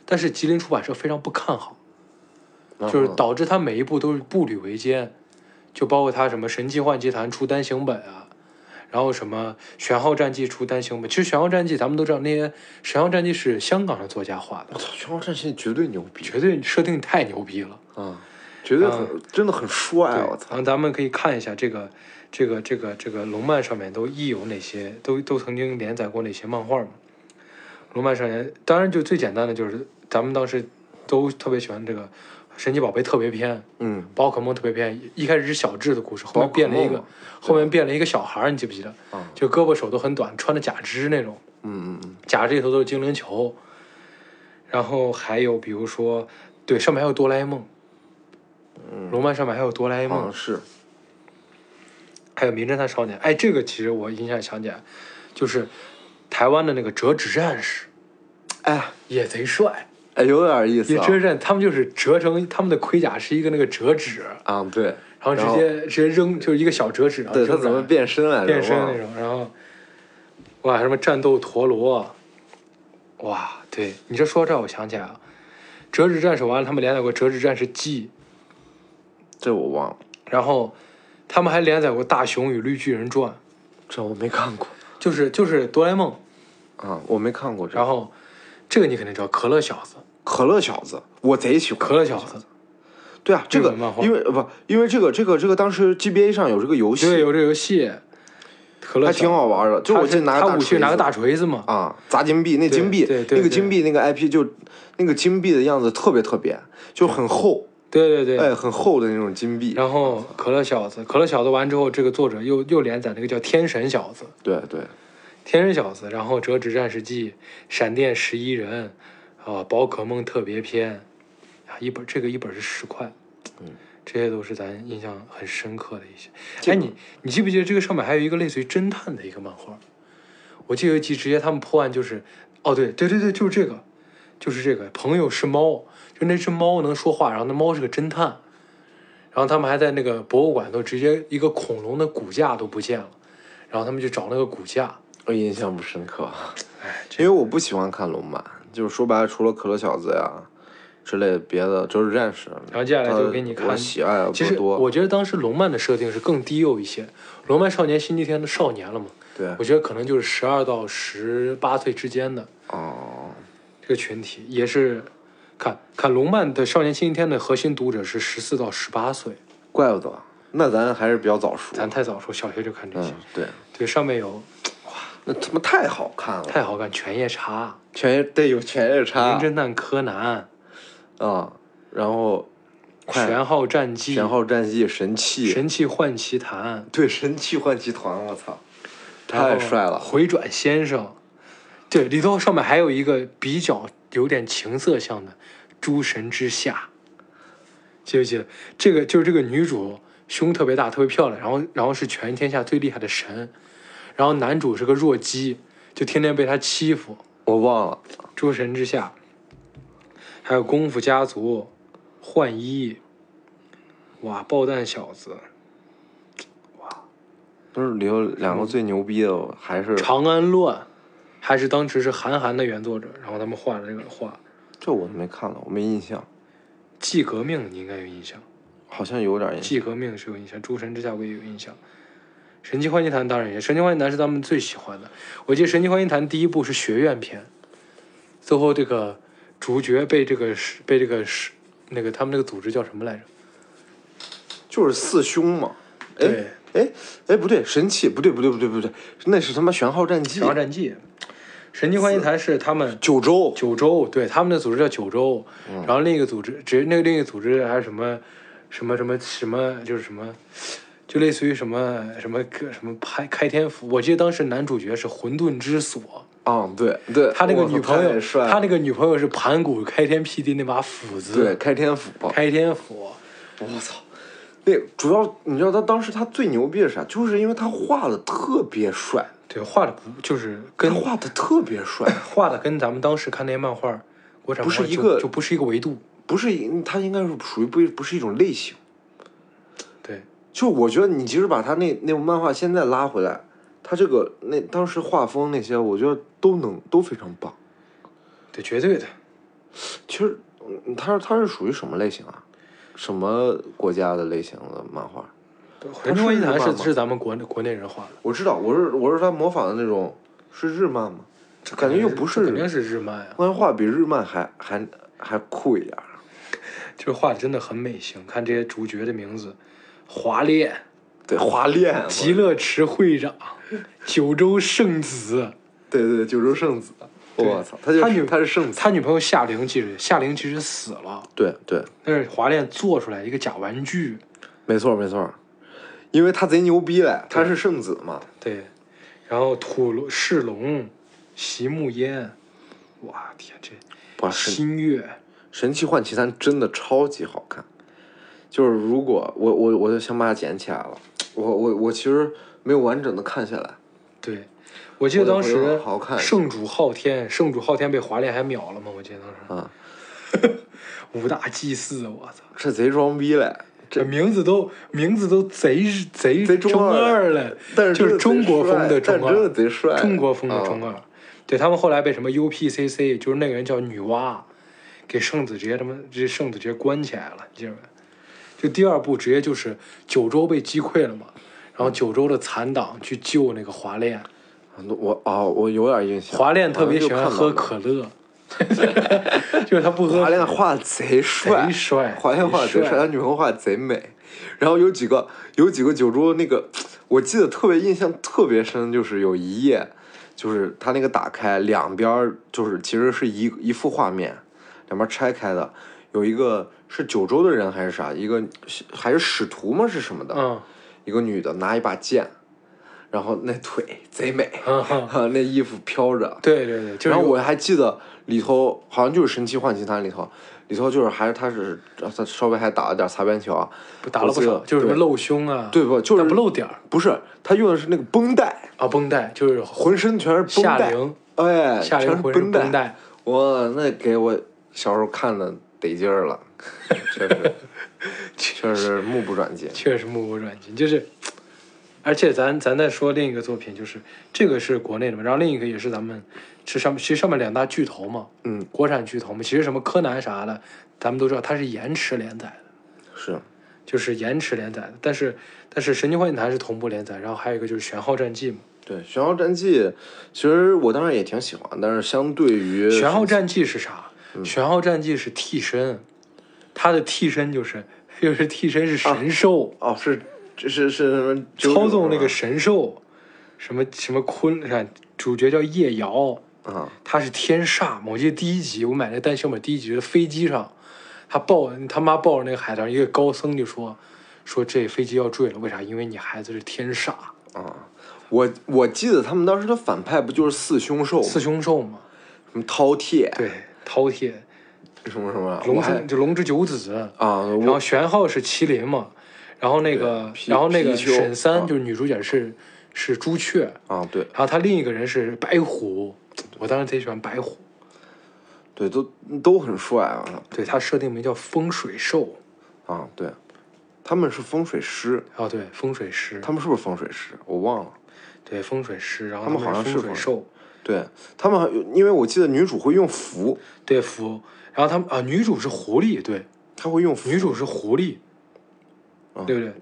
[SPEAKER 1] 但是吉林出版社非常不看好，就是
[SPEAKER 3] 嗯
[SPEAKER 1] 导致他每一步都是步履维艰，就包括他什么《神奇幻奇谭》出单行本啊，然后什么《玄浩战记》出单行本。其实《玄浩战记》咱们都知道，那些《玄浩战记》是香港的作家画
[SPEAKER 3] 我
[SPEAKER 1] 的，
[SPEAKER 3] 操，全国战现在绝对牛逼
[SPEAKER 1] 绝对设定太牛逼了。
[SPEAKER 3] 啊，绝对很真的很帅，
[SPEAKER 1] 对
[SPEAKER 3] 我
[SPEAKER 1] 然
[SPEAKER 3] 操
[SPEAKER 1] 后，咱们可以看一下这个、这个、这个、这个龙漫上面都一有哪些，都都曾经连载过哪些漫画嘛？龙漫少年，当然就最简单的就是咱们当时都特别喜欢这个《神奇宝贝特别篇》。
[SPEAKER 3] 嗯，
[SPEAKER 1] 宝可梦特别篇一开始是小智的故事，后面变了一
[SPEAKER 3] 宝可梦
[SPEAKER 1] 个
[SPEAKER 3] 嘛，
[SPEAKER 1] 后面变了一个小孩儿，你记不记得？
[SPEAKER 3] 啊，
[SPEAKER 1] 就胳膊手都很短，穿着假肢那种，
[SPEAKER 3] 嗯嗯嗯，
[SPEAKER 1] 假肢里头都是精灵球。然后还有比如说，对，上面还有哆啦 A 梦，龙漫上面还有哆啦 A
[SPEAKER 3] 嗯好
[SPEAKER 1] 梦
[SPEAKER 3] 像，是，
[SPEAKER 1] 还有名侦探少年。哎，这个其实我印象想起来，就是台湾的那个折纸战士
[SPEAKER 3] 哎
[SPEAKER 1] 也贼帅，
[SPEAKER 3] 哎，有点意思
[SPEAKER 1] 也
[SPEAKER 3] 啊
[SPEAKER 1] 折，纸战他们就是折成他们的盔甲是一个那个折纸，
[SPEAKER 3] 啊对，
[SPEAKER 1] 然后直接直接扔就是一个小折纸，然后
[SPEAKER 3] 对他
[SPEAKER 1] 扔
[SPEAKER 3] 怎么
[SPEAKER 1] 出来
[SPEAKER 3] 变身来着？
[SPEAKER 1] 变身
[SPEAKER 3] 忘了
[SPEAKER 1] 那种，然后，哇，什么战斗陀螺，哇，对你这说到这儿，我想起来了，折纸战士完了，他们连载过折纸战士 G，
[SPEAKER 3] 这我忘了，
[SPEAKER 1] 然后他们还连载过大雄与绿巨人传，
[SPEAKER 3] 这我没看过
[SPEAKER 1] 就是就是哆啦 A 梦，
[SPEAKER 3] 啊，我没看过这个。
[SPEAKER 1] 然后这个你肯定知道，可乐小子，
[SPEAKER 3] 可乐小子，我贼喜欢
[SPEAKER 1] 可乐小子，
[SPEAKER 3] 对啊，这
[SPEAKER 1] 日
[SPEAKER 3] 个
[SPEAKER 1] 本漫画
[SPEAKER 3] 因为呃不，因为这个这个这个当时 GBA 上有这个游戏，
[SPEAKER 1] 对，有这游戏，可乐
[SPEAKER 3] 还
[SPEAKER 1] 小
[SPEAKER 3] 挺好玩的。就
[SPEAKER 1] 他
[SPEAKER 3] 我记得
[SPEAKER 1] 是他
[SPEAKER 3] 拿个大
[SPEAKER 1] 武器
[SPEAKER 3] 锤
[SPEAKER 1] 拿个
[SPEAKER 3] 子
[SPEAKER 1] 大锤子嘛，
[SPEAKER 3] 啊，砸金币，那
[SPEAKER 1] 对
[SPEAKER 3] 金币
[SPEAKER 1] 对对
[SPEAKER 3] 那
[SPEAKER 1] 对
[SPEAKER 3] 个金币那个 IP 就那个金币的样子特别特别，就很厚，
[SPEAKER 1] 对对对，
[SPEAKER 3] 哎，很厚的那种金币。
[SPEAKER 1] 然后可乐小子，可乐小子完之后，这个作者又又连载那个叫天神小子。
[SPEAKER 3] 对对，
[SPEAKER 1] 天神小子，然后折纸战士记、闪电十一人，啊，宝可梦特别篇，啊，一本这个一本是十块，
[SPEAKER 3] 嗯，
[SPEAKER 1] 这些都是咱印象很深刻的一些。
[SPEAKER 3] 这
[SPEAKER 1] 哎，
[SPEAKER 3] 个
[SPEAKER 1] 你你记不记得这个上面还有一个类似于侦探的一个漫画？我记得有一集直接他们破案就是，哦对对对对，就是这个，就是这个朋友是猫，就那只猫能说话，然后那猫是个侦探，然后他们还在那个博物馆都直接一个恐龙的骨架都不见了，然后他们就找那个骨架。
[SPEAKER 3] 我印象不深刻，
[SPEAKER 1] 哎，这
[SPEAKER 3] 因为我不喜欢看龙漫，就是说白了，除了可乐小子呀之类别的折纸战士，
[SPEAKER 1] 然后接下来就
[SPEAKER 3] 它
[SPEAKER 1] 给你
[SPEAKER 3] 我
[SPEAKER 1] 看
[SPEAKER 3] 喜爱
[SPEAKER 1] 其
[SPEAKER 3] 不
[SPEAKER 1] 实我
[SPEAKER 3] 多。
[SPEAKER 1] 觉得当时龙漫的设定是更低幼一些，龙漫少年星期天的少年了嘛，
[SPEAKER 3] 对
[SPEAKER 1] 我，觉得可能就是十二到十八岁之间的
[SPEAKER 3] 哦，
[SPEAKER 1] 这个群体，也是看看龙漫的少年星期天的核心读者是十四到十八岁，
[SPEAKER 3] 怪不得，那咱还是比较早熟。
[SPEAKER 1] 咱太早说小学就看这些，
[SPEAKER 3] 嗯，对，
[SPEAKER 1] 对，上面有
[SPEAKER 3] 那他妈太好看了，
[SPEAKER 1] 太好看，犬夜叉、
[SPEAKER 3] 全得有全夜叉
[SPEAKER 1] 名侦探柯南、
[SPEAKER 3] 啊，然后快
[SPEAKER 1] 玄浩战记、
[SPEAKER 3] 玄浩战记神器，
[SPEAKER 1] 神器幻奇谭，
[SPEAKER 3] 对神器幻奇团，我操，
[SPEAKER 1] 然
[SPEAKER 3] 太
[SPEAKER 1] 后
[SPEAKER 3] 帅了，
[SPEAKER 1] 哦回转先生，对，里头上面还有一个比较有点情色向的《诸神之下》，记不记得？这个就是这个女主胸特别大，特别漂亮，然后然后是全天下最厉害的神，然后男主是个弱鸡，就天天被她欺负。
[SPEAKER 3] 我忘了，
[SPEAKER 1] 《诸神之下》，还有《功夫家族》、《幻一》，哇，爆弹小子，
[SPEAKER 3] 不是里头两个最牛逼的还是
[SPEAKER 1] 《长安乱》，还是当时是韩寒的原作者，然后他们画了这个画。
[SPEAKER 3] 这我都没看了，我没印象，
[SPEAKER 1] 季革命你应该有印象，
[SPEAKER 3] 好像有点印象。
[SPEAKER 1] 季革命是有印象，诸神之下我也有印象，神奇幻奇谭当然也，神奇幻奇谭是他们最喜欢的。我记得神奇幻奇谭第一部是学院篇，最后这个主角被这个是被这个是那个他们那个组织叫什么来着？
[SPEAKER 3] 就是四兄嘛，哎
[SPEAKER 1] 对，
[SPEAKER 3] 哎哎，不对，神器不对不对不对不对，那是他妈玄浩战记
[SPEAKER 1] 《，王战记》。神奇幻奇谭是他们
[SPEAKER 3] 九州
[SPEAKER 1] 九州，对他们的组织叫九州，
[SPEAKER 3] 嗯
[SPEAKER 1] 然后另一个组织，只那个另一个组织还是什么什么什么什么，就是什么，就类似于什么什么个什么开开天府。我记得当时男主角是混沌之锁，
[SPEAKER 3] 啊，对对，
[SPEAKER 1] 他那个
[SPEAKER 3] 我操
[SPEAKER 1] 女朋
[SPEAKER 3] 太
[SPEAKER 1] 友，
[SPEAKER 3] 帅了，
[SPEAKER 1] 他那个女朋友是盘古开天辟地那把斧子，
[SPEAKER 3] 对，开天府，
[SPEAKER 1] 开天斧，
[SPEAKER 3] 我操！那主要你知道他当时他最牛逼的是啥？就是因为他画的特别帅，
[SPEAKER 1] 对，画的不就是
[SPEAKER 3] 他
[SPEAKER 1] 跟
[SPEAKER 3] 画的特别帅，
[SPEAKER 1] 画的跟咱们当时看那些漫画，国产
[SPEAKER 3] 不是
[SPEAKER 1] 漫画
[SPEAKER 3] 一
[SPEAKER 1] 就
[SPEAKER 3] 个
[SPEAKER 1] 就不是一个维度，
[SPEAKER 3] 不是一，它应该是属于不不是一种类型。
[SPEAKER 1] 对，
[SPEAKER 3] 就我觉得你即使把他那那部漫画现在拉回来，他这个那当时画风那些，我觉得都能都非常棒。
[SPEAKER 1] 对，绝对的。
[SPEAKER 3] 其实，嗯它它是属于什么类型啊？什么国家的类型的漫画？
[SPEAKER 1] 魂中一坛
[SPEAKER 3] 它是日漫
[SPEAKER 1] 是
[SPEAKER 3] 吗
[SPEAKER 1] 是咱们国内国内人画的，
[SPEAKER 3] 我知道，我是我是他模仿的那种，是日漫吗？
[SPEAKER 1] 这
[SPEAKER 3] 感觉又
[SPEAKER 1] 肯定
[SPEAKER 3] 不
[SPEAKER 1] 这
[SPEAKER 3] 是
[SPEAKER 1] 肯定是日漫啊呀、
[SPEAKER 3] 漫画比日漫还还还酷一点儿。
[SPEAKER 1] 就是画的真的很美型。看这些主角的名字，华烈、
[SPEAKER 3] 对，华恋嘛，
[SPEAKER 1] 极乐池会长、九州圣子，
[SPEAKER 3] 对对，九州圣子，我操，他
[SPEAKER 1] 他
[SPEAKER 3] 就
[SPEAKER 1] 女
[SPEAKER 3] 是他是圣子，
[SPEAKER 1] 他女朋友夏玲其实夏玲其实死了，
[SPEAKER 3] 对对，
[SPEAKER 1] 但是华恋做出来一个假玩具，
[SPEAKER 3] 没错没错，因为他贼牛逼嘞，他是圣子嘛，
[SPEAKER 1] 对，然后土龙世龙、席慕烟，哇天这
[SPEAKER 3] 哇，神
[SPEAKER 1] 新月，
[SPEAKER 3] 神奇幻奇谭真的超级好看，就是如果我我我就想把它捡起来了，我我我其实没有完整的看下来，
[SPEAKER 1] 对我记得当
[SPEAKER 3] 我得
[SPEAKER 1] 时
[SPEAKER 3] 回头好好看一下
[SPEAKER 1] 圣主昊天，圣主昊天被华恋还秒了嘛？我记得当时
[SPEAKER 3] 啊，
[SPEAKER 1] 五大祭祀，我操，
[SPEAKER 3] 这贼装逼嘞，
[SPEAKER 1] 这名字都名字都贼贼
[SPEAKER 3] 贼中
[SPEAKER 1] 中
[SPEAKER 3] 二
[SPEAKER 1] 了，
[SPEAKER 3] 但是
[SPEAKER 1] 就是
[SPEAKER 3] 真的
[SPEAKER 1] 中
[SPEAKER 3] 贼
[SPEAKER 1] 国风
[SPEAKER 3] 帅
[SPEAKER 1] 的中
[SPEAKER 3] 但真的
[SPEAKER 1] 二，
[SPEAKER 3] 贼帅，
[SPEAKER 1] 中国风的中
[SPEAKER 3] 啊，
[SPEAKER 1] 二。对他们后来被什么 UPCC，就是那个人叫女娲，给圣子直接他妈直接圣子直接关起来了，你记着没？就第二部直接就是九州被击溃了嘛，然后九州的残党去救那个华恋，
[SPEAKER 3] 我哦我有点印象，
[SPEAKER 1] 华恋特别
[SPEAKER 3] 好像
[SPEAKER 1] 喜欢
[SPEAKER 3] 就看到
[SPEAKER 1] 喝
[SPEAKER 3] 了
[SPEAKER 1] 可乐， 就是他不喝
[SPEAKER 3] 华
[SPEAKER 1] 水
[SPEAKER 3] 恋画贼帅，
[SPEAKER 1] 贼帅
[SPEAKER 3] 华恋画
[SPEAKER 1] 贼
[SPEAKER 3] 贼
[SPEAKER 1] 帅
[SPEAKER 3] 帅，他女朋友画贼美。然后有几个有几个九州那个，我记得特别印象特别深，就是有一页，就是他那个打开两边儿就是其实是一一幅画面，两边儿拆开的，有一个是九州的人还是啥，一个还是使徒吗是什么的，
[SPEAKER 1] 嗯
[SPEAKER 3] 一个女的拿一把剑，然后那腿贼美，
[SPEAKER 1] 嗯嗯，
[SPEAKER 3] 那衣服飘着，
[SPEAKER 1] 对对对，就是
[SPEAKER 3] 然后
[SPEAKER 1] 有
[SPEAKER 3] 我还记得里头好像就是《神奇幻奇谭》里头，里头就是还是他是啊他稍微还打了点擦边球啊，
[SPEAKER 1] 打了不少，
[SPEAKER 3] 我记得
[SPEAKER 1] 就是什么
[SPEAKER 3] 对
[SPEAKER 1] 露胸啊，
[SPEAKER 3] 对不就是
[SPEAKER 1] 但不露点儿
[SPEAKER 3] 不是他用的是那个绷带，
[SPEAKER 1] 啊，绷带就是
[SPEAKER 3] 浑身全是绷
[SPEAKER 1] 夏
[SPEAKER 3] 带
[SPEAKER 1] 玲，
[SPEAKER 3] 哎，
[SPEAKER 1] 夏
[SPEAKER 3] 全
[SPEAKER 1] 玲
[SPEAKER 3] 是
[SPEAKER 1] 浑身绷
[SPEAKER 3] 绷
[SPEAKER 1] 带，
[SPEAKER 3] 哇，那给我小时候看的得劲儿了，确实，确实目不转睛。
[SPEAKER 1] 确实目不转睛，就是，而且咱咱再说另一个作品，就是这个是国内的嘛，然后另一个也是咱们是上其实上面两大巨头嘛，
[SPEAKER 3] 嗯，
[SPEAKER 1] 国产巨头嘛，其实什么柯南啥的，咱们都知道它是延迟连载的，
[SPEAKER 3] 是，
[SPEAKER 1] 就是延迟连载的，但是但是《神经幻影坛》是同步连载，然后还有一个就是《玄浩战记》嘛，
[SPEAKER 3] 对《玄奥战记》，其实我当时也挺喜欢，但是相对于
[SPEAKER 1] 《玄浩
[SPEAKER 3] 神奇
[SPEAKER 1] 战记》是啥？
[SPEAKER 3] 嗯
[SPEAKER 1] 玄浩战记》是替身，它的替身就是 就是替身是神兽。
[SPEAKER 3] 哦是这是是什么
[SPEAKER 1] 操纵那个
[SPEAKER 3] 是
[SPEAKER 1] 神兽，什么什么昆，看主角叫叶瑶，
[SPEAKER 3] 吧啊
[SPEAKER 1] 他是天煞嘛。我记得第一集我买那单行本第一集的飞机上，他抱他妈抱着那个孩子，一个高僧就说说这飞机要坠了，为啥？因为你孩子是天煞
[SPEAKER 3] 啊，我我记得他们当时的反派不就是四凶兽吗？
[SPEAKER 1] 四凶兽嘛，
[SPEAKER 3] 什么饕餮，
[SPEAKER 1] 对，饕餮、
[SPEAKER 3] 什么什么，
[SPEAKER 1] 龙
[SPEAKER 3] 我
[SPEAKER 1] 之
[SPEAKER 3] 还
[SPEAKER 1] 就龙之九子，
[SPEAKER 3] 啊，
[SPEAKER 1] 然后
[SPEAKER 3] 我
[SPEAKER 1] 玄昊是麒麟嘛，然后那个
[SPEAKER 3] 对貔
[SPEAKER 1] 然后那个
[SPEAKER 3] 貔貅
[SPEAKER 1] 沈三
[SPEAKER 3] 啊
[SPEAKER 1] 就是女主角是是朱雀，
[SPEAKER 3] 啊，对
[SPEAKER 1] 然后他另一个人是白虎，我当时贼喜欢白虎，
[SPEAKER 3] 对，都都很帅啊
[SPEAKER 1] 对他设定名叫风水兽，
[SPEAKER 3] 啊，对，他们是风水师，
[SPEAKER 1] 哦对，风水师，
[SPEAKER 3] 他们是不是风水师？我忘了。
[SPEAKER 1] 对风水师，然后
[SPEAKER 3] 他们好像
[SPEAKER 1] 风
[SPEAKER 3] 是
[SPEAKER 1] 水
[SPEAKER 3] 风水
[SPEAKER 1] 兽，
[SPEAKER 3] 对他们还，因为我记得女主会用符，
[SPEAKER 1] 对符，然后他们啊女主是狐狸，对，
[SPEAKER 3] 她会用符
[SPEAKER 1] 女主是狐狸，
[SPEAKER 3] 啊
[SPEAKER 1] 对不对？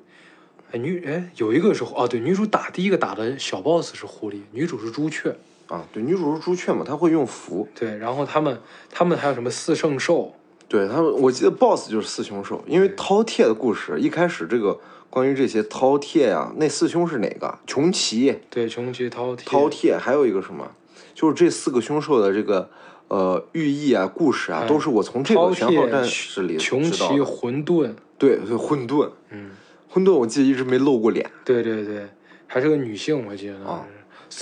[SPEAKER 1] 哎女哎有一个是狐哦对，女主打第一个打的小 boss 是狐狸，女主是朱雀，
[SPEAKER 3] 啊，对，女主是朱雀嘛，她会用符。
[SPEAKER 1] 对，然后他们他们还有什么四圣兽，
[SPEAKER 3] 对他们，我记得 BOSS 就是四凶兽，因为饕餮的故事一开始这个关于这些饕餮呀、那四凶是哪个？穷奇，
[SPEAKER 1] 对穷奇饕餮，
[SPEAKER 3] 饕餮，还有一个什么，就是这四个凶兽的这个呃寓意啊、故事啊，
[SPEAKER 1] 嗯
[SPEAKER 3] 都是我从这
[SPEAKER 1] 饕
[SPEAKER 3] 个玄浩
[SPEAKER 1] 餮
[SPEAKER 3] 战士里
[SPEAKER 1] 穷
[SPEAKER 3] 知道
[SPEAKER 1] 奇
[SPEAKER 3] 的。
[SPEAKER 1] 混沌，
[SPEAKER 3] 对，对混沌，
[SPEAKER 1] 嗯。
[SPEAKER 3] 混沌我记得一直没露过脸
[SPEAKER 1] 对对对，还是个女性，我记得当
[SPEAKER 3] 啊
[SPEAKER 1] 时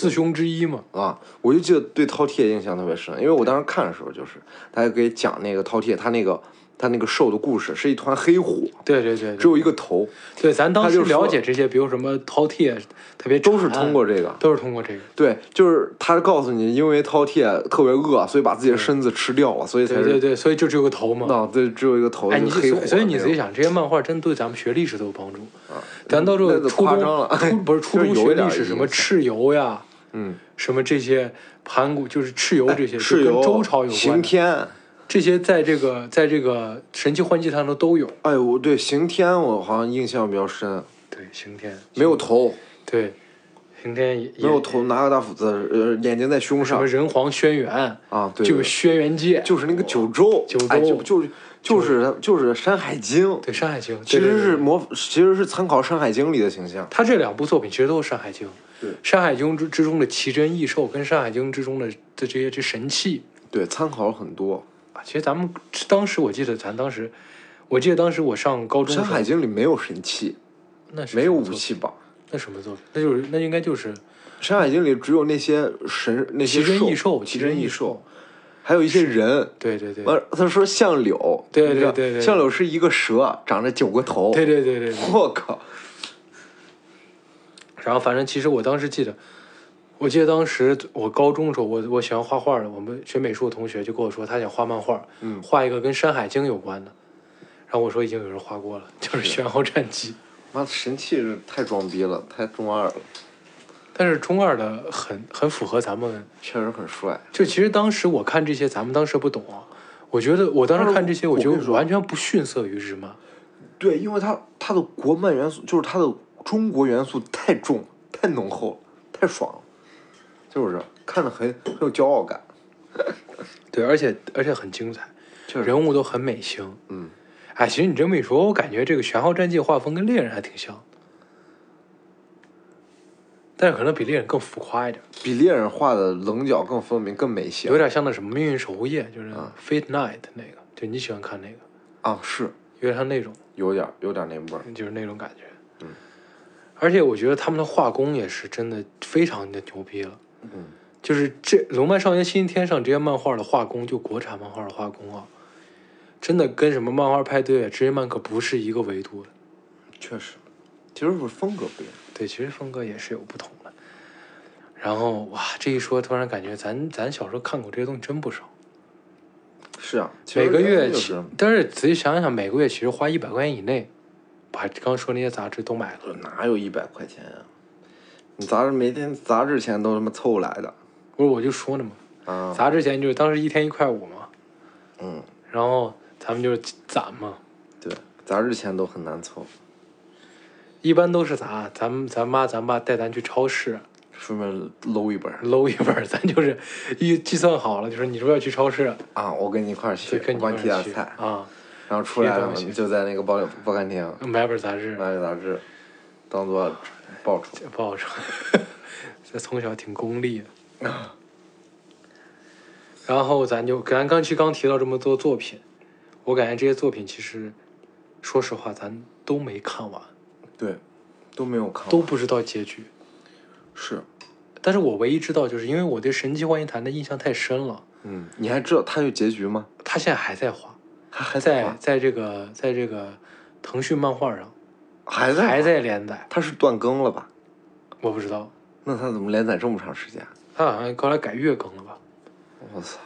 [SPEAKER 1] 四凶之一嘛。
[SPEAKER 3] 啊，我就记得对饕餮印象特别深，因为我当时看的时候就是，大家可以讲那个饕餮，他那个他那个兽的故事，是一团黑火，
[SPEAKER 1] 对对对，对
[SPEAKER 3] 只有一个头，
[SPEAKER 1] 对，咱当
[SPEAKER 3] 他
[SPEAKER 1] 时
[SPEAKER 3] 就说
[SPEAKER 1] 了解这些，比如什么饕餮，啊特别
[SPEAKER 3] 都是
[SPEAKER 1] 馋
[SPEAKER 3] 通过这个。
[SPEAKER 1] 都是通过这个，
[SPEAKER 3] 对，就是他告诉你，因为饕餮特别饿，所以把自己的身子吃掉了，所以才
[SPEAKER 1] 对
[SPEAKER 3] 是
[SPEAKER 1] 对对，所以就只有个头嘛。
[SPEAKER 3] 那对只有一个头，
[SPEAKER 1] 哎，
[SPEAKER 3] 就
[SPEAKER 1] 你
[SPEAKER 3] 是黑火
[SPEAKER 1] 所以所以你
[SPEAKER 3] 那
[SPEAKER 1] 自己
[SPEAKER 3] 种啊
[SPEAKER 1] 想，这些漫画真对咱们学历史都有帮助。咱到时候
[SPEAKER 3] 那就
[SPEAKER 1] 初
[SPEAKER 3] 夸
[SPEAKER 1] 中
[SPEAKER 3] 张了
[SPEAKER 1] 初不是初
[SPEAKER 3] 就是
[SPEAKER 1] 中
[SPEAKER 3] 有
[SPEAKER 1] 学
[SPEAKER 3] 一点
[SPEAKER 1] 历史
[SPEAKER 3] 影
[SPEAKER 1] 什么
[SPEAKER 3] 响
[SPEAKER 1] 蚩尤呀，
[SPEAKER 3] 嗯，
[SPEAKER 1] 什么这些盘古就是蚩尤这些，就
[SPEAKER 3] 蚩
[SPEAKER 1] 跟
[SPEAKER 3] 尤、
[SPEAKER 1] 周朝有关
[SPEAKER 3] 哎刑
[SPEAKER 1] 的，
[SPEAKER 3] 天。
[SPEAKER 1] 这些在这个在这个神奇幻记上头都有。
[SPEAKER 3] 哎，我对刑天我好像印象比较深，
[SPEAKER 1] 对，刑天
[SPEAKER 3] 没有头，
[SPEAKER 1] 对，刑天也
[SPEAKER 3] 没有
[SPEAKER 1] 也
[SPEAKER 3] 头，拿个大斧子，呃，眼睛在胸
[SPEAKER 1] 什
[SPEAKER 3] 上
[SPEAKER 1] 么人皇轩辕
[SPEAKER 3] 啊，对，
[SPEAKER 1] 就
[SPEAKER 3] 对
[SPEAKER 1] 是轩辕界，
[SPEAKER 3] 就是那个九州，
[SPEAKER 1] 九州
[SPEAKER 3] 哎，就就是就是就是《山海经》，
[SPEAKER 1] 对《山海经》对，
[SPEAKER 3] 其
[SPEAKER 1] 对
[SPEAKER 3] 实
[SPEAKER 1] 对
[SPEAKER 3] 是模，其实是参考《山海经》里的形象。
[SPEAKER 1] 他这两部作品其实都是《山海经》，
[SPEAKER 3] 对
[SPEAKER 1] 《山海经》之之中的奇珍异兽跟《山海经》之中的的这些这神器
[SPEAKER 3] 对，参考了很多。
[SPEAKER 1] 啊，其实咱们当时我记得，咱当时，我记得当时我上高
[SPEAKER 3] 《
[SPEAKER 1] 中的
[SPEAKER 3] 山
[SPEAKER 1] 时
[SPEAKER 3] 海
[SPEAKER 1] 候，
[SPEAKER 3] 经》里没有神器，
[SPEAKER 1] 那是
[SPEAKER 3] 没
[SPEAKER 1] 什
[SPEAKER 3] 有
[SPEAKER 1] 么
[SPEAKER 3] 武
[SPEAKER 1] 作品，
[SPEAKER 3] 器吧？
[SPEAKER 1] 那什么作品？那就是那应该就是
[SPEAKER 3] 《山海经》里只有那些神、那些
[SPEAKER 1] 奇珍异兽，
[SPEAKER 3] 奇珍
[SPEAKER 1] 异
[SPEAKER 3] 异兽，，还有一些人。
[SPEAKER 1] 对对对，
[SPEAKER 3] 完，他说相柳，
[SPEAKER 1] 对对
[SPEAKER 3] 你知道
[SPEAKER 1] 对对对
[SPEAKER 3] 相柳是一个蛇，啊长着九个头。
[SPEAKER 1] 对对对对对。
[SPEAKER 3] 我靠！
[SPEAKER 1] 然后反正其实我当时记得，我记得当时我高中的时候，我我喜欢画画的，我们学美术的同学就跟我说他想画漫画，
[SPEAKER 3] 嗯
[SPEAKER 1] 画一个跟《山海经》有关的。然后我说已经有人画过了，就是《玄敖战记》，
[SPEAKER 3] 妈，神器是太装逼了，太中二了，
[SPEAKER 1] 但是中二的很很符合咱们。
[SPEAKER 3] 确实很帅。
[SPEAKER 1] 就其实当时我看这些，咱们当时不懂啊。我觉得我当时看这些，
[SPEAKER 3] 但是
[SPEAKER 1] 我
[SPEAKER 3] 我
[SPEAKER 1] 觉
[SPEAKER 3] 我跟你
[SPEAKER 1] 得
[SPEAKER 3] 说
[SPEAKER 1] 完全不逊色于日漫。
[SPEAKER 3] 对，因为他他的国漫元素，就是他的中国元素太重、太浓厚了、太爽了，就是看着很很有骄傲感。
[SPEAKER 1] 对，而且而且很精彩，
[SPEAKER 3] 确实，
[SPEAKER 1] 人物都很美型。
[SPEAKER 3] 嗯，
[SPEAKER 1] 哎，其实你这么一说，我感觉这个《玄敖战记》画风跟猎人还挺像的，但是可能比猎人更浮夸一点，
[SPEAKER 3] 比猎人画的棱角更分明、更美
[SPEAKER 1] 有
[SPEAKER 3] 型
[SPEAKER 1] 点像那什么《命运守护夜》，就是
[SPEAKER 3] 啊
[SPEAKER 1] Fate Night 那个，就你喜欢看那个，
[SPEAKER 3] 啊，是
[SPEAKER 1] 有点像那种，
[SPEAKER 3] 有点有点那味儿。
[SPEAKER 1] 就是那种感觉。
[SPEAKER 3] 嗯。
[SPEAKER 1] 而且我觉得他们的画工也是真的非常的牛逼了。
[SPEAKER 3] 嗯，
[SPEAKER 1] 就是这《龙漫少年新天上》这些漫画的画工，就国产漫画的画工啊，真的跟什么漫画派对、啊职业漫可不是一个维度的。
[SPEAKER 3] 确实，其实不是风格不一样。
[SPEAKER 1] 对，其实风格也是有不同的。然后哇，这一说，突然感觉咱咱小时候看过这些东西真不少。
[SPEAKER 3] 是啊，其实
[SPEAKER 1] 每个
[SPEAKER 3] 人
[SPEAKER 1] 月
[SPEAKER 3] 就
[SPEAKER 1] 其
[SPEAKER 3] 是，
[SPEAKER 1] 但是仔细想想，每个月其实花一百块钱以内，把刚说那些杂志都买了。
[SPEAKER 3] 哪有一百块钱呀、你杂志每天杂志钱都他妈凑来的
[SPEAKER 1] 不是，我就说呢嘛，
[SPEAKER 3] 啊！
[SPEAKER 1] 杂志钱就是当时一天一块五嘛，
[SPEAKER 3] 嗯，
[SPEAKER 1] 然后咱们就是攒嘛，
[SPEAKER 3] 对，杂志钱都很难凑，
[SPEAKER 1] 一般都是咋，咱们咱妈咱爸带咱去超市，
[SPEAKER 3] 顺便搂一本儿
[SPEAKER 1] 搂一本儿， 咱就是一计算好了，就是你说要去超市，
[SPEAKER 3] 啊！我跟你一块儿去，
[SPEAKER 1] 就跟
[SPEAKER 3] 我
[SPEAKER 1] 你
[SPEAKER 3] 帮你提
[SPEAKER 1] 一块儿
[SPEAKER 3] 点
[SPEAKER 1] 去
[SPEAKER 3] 菜，
[SPEAKER 1] 啊，
[SPEAKER 3] 然后出来
[SPEAKER 1] 提
[SPEAKER 3] 了
[SPEAKER 1] 点东西
[SPEAKER 3] 就在那个报报刊亭
[SPEAKER 1] 买本儿杂志，
[SPEAKER 3] 买点杂志，当做报酬。
[SPEAKER 1] 这不好说，这从小挺功利的。然后咱就咱刚去刚提到这么多作品，我感觉这些作品其实，说实话咱都没看完，
[SPEAKER 3] 对，都没有看完，
[SPEAKER 1] 都不知道结局。
[SPEAKER 3] 是，
[SPEAKER 1] 但是我唯一知道，就是因为我对《神奇幻音坛》的印象太深了，
[SPEAKER 3] 嗯，你还知道它有结局吗？
[SPEAKER 1] 他现在还在画，
[SPEAKER 3] 还还在
[SPEAKER 1] 在
[SPEAKER 3] 画，
[SPEAKER 1] 在这个在这个腾讯漫画上
[SPEAKER 3] 还在
[SPEAKER 1] 还
[SPEAKER 3] 还，
[SPEAKER 1] 在连载，
[SPEAKER 3] 它是断更了吧？
[SPEAKER 1] 我不知道，
[SPEAKER 3] 那它怎么连载这么长时间？啊
[SPEAKER 1] 他好像后来改月更了吧？
[SPEAKER 3] 我操！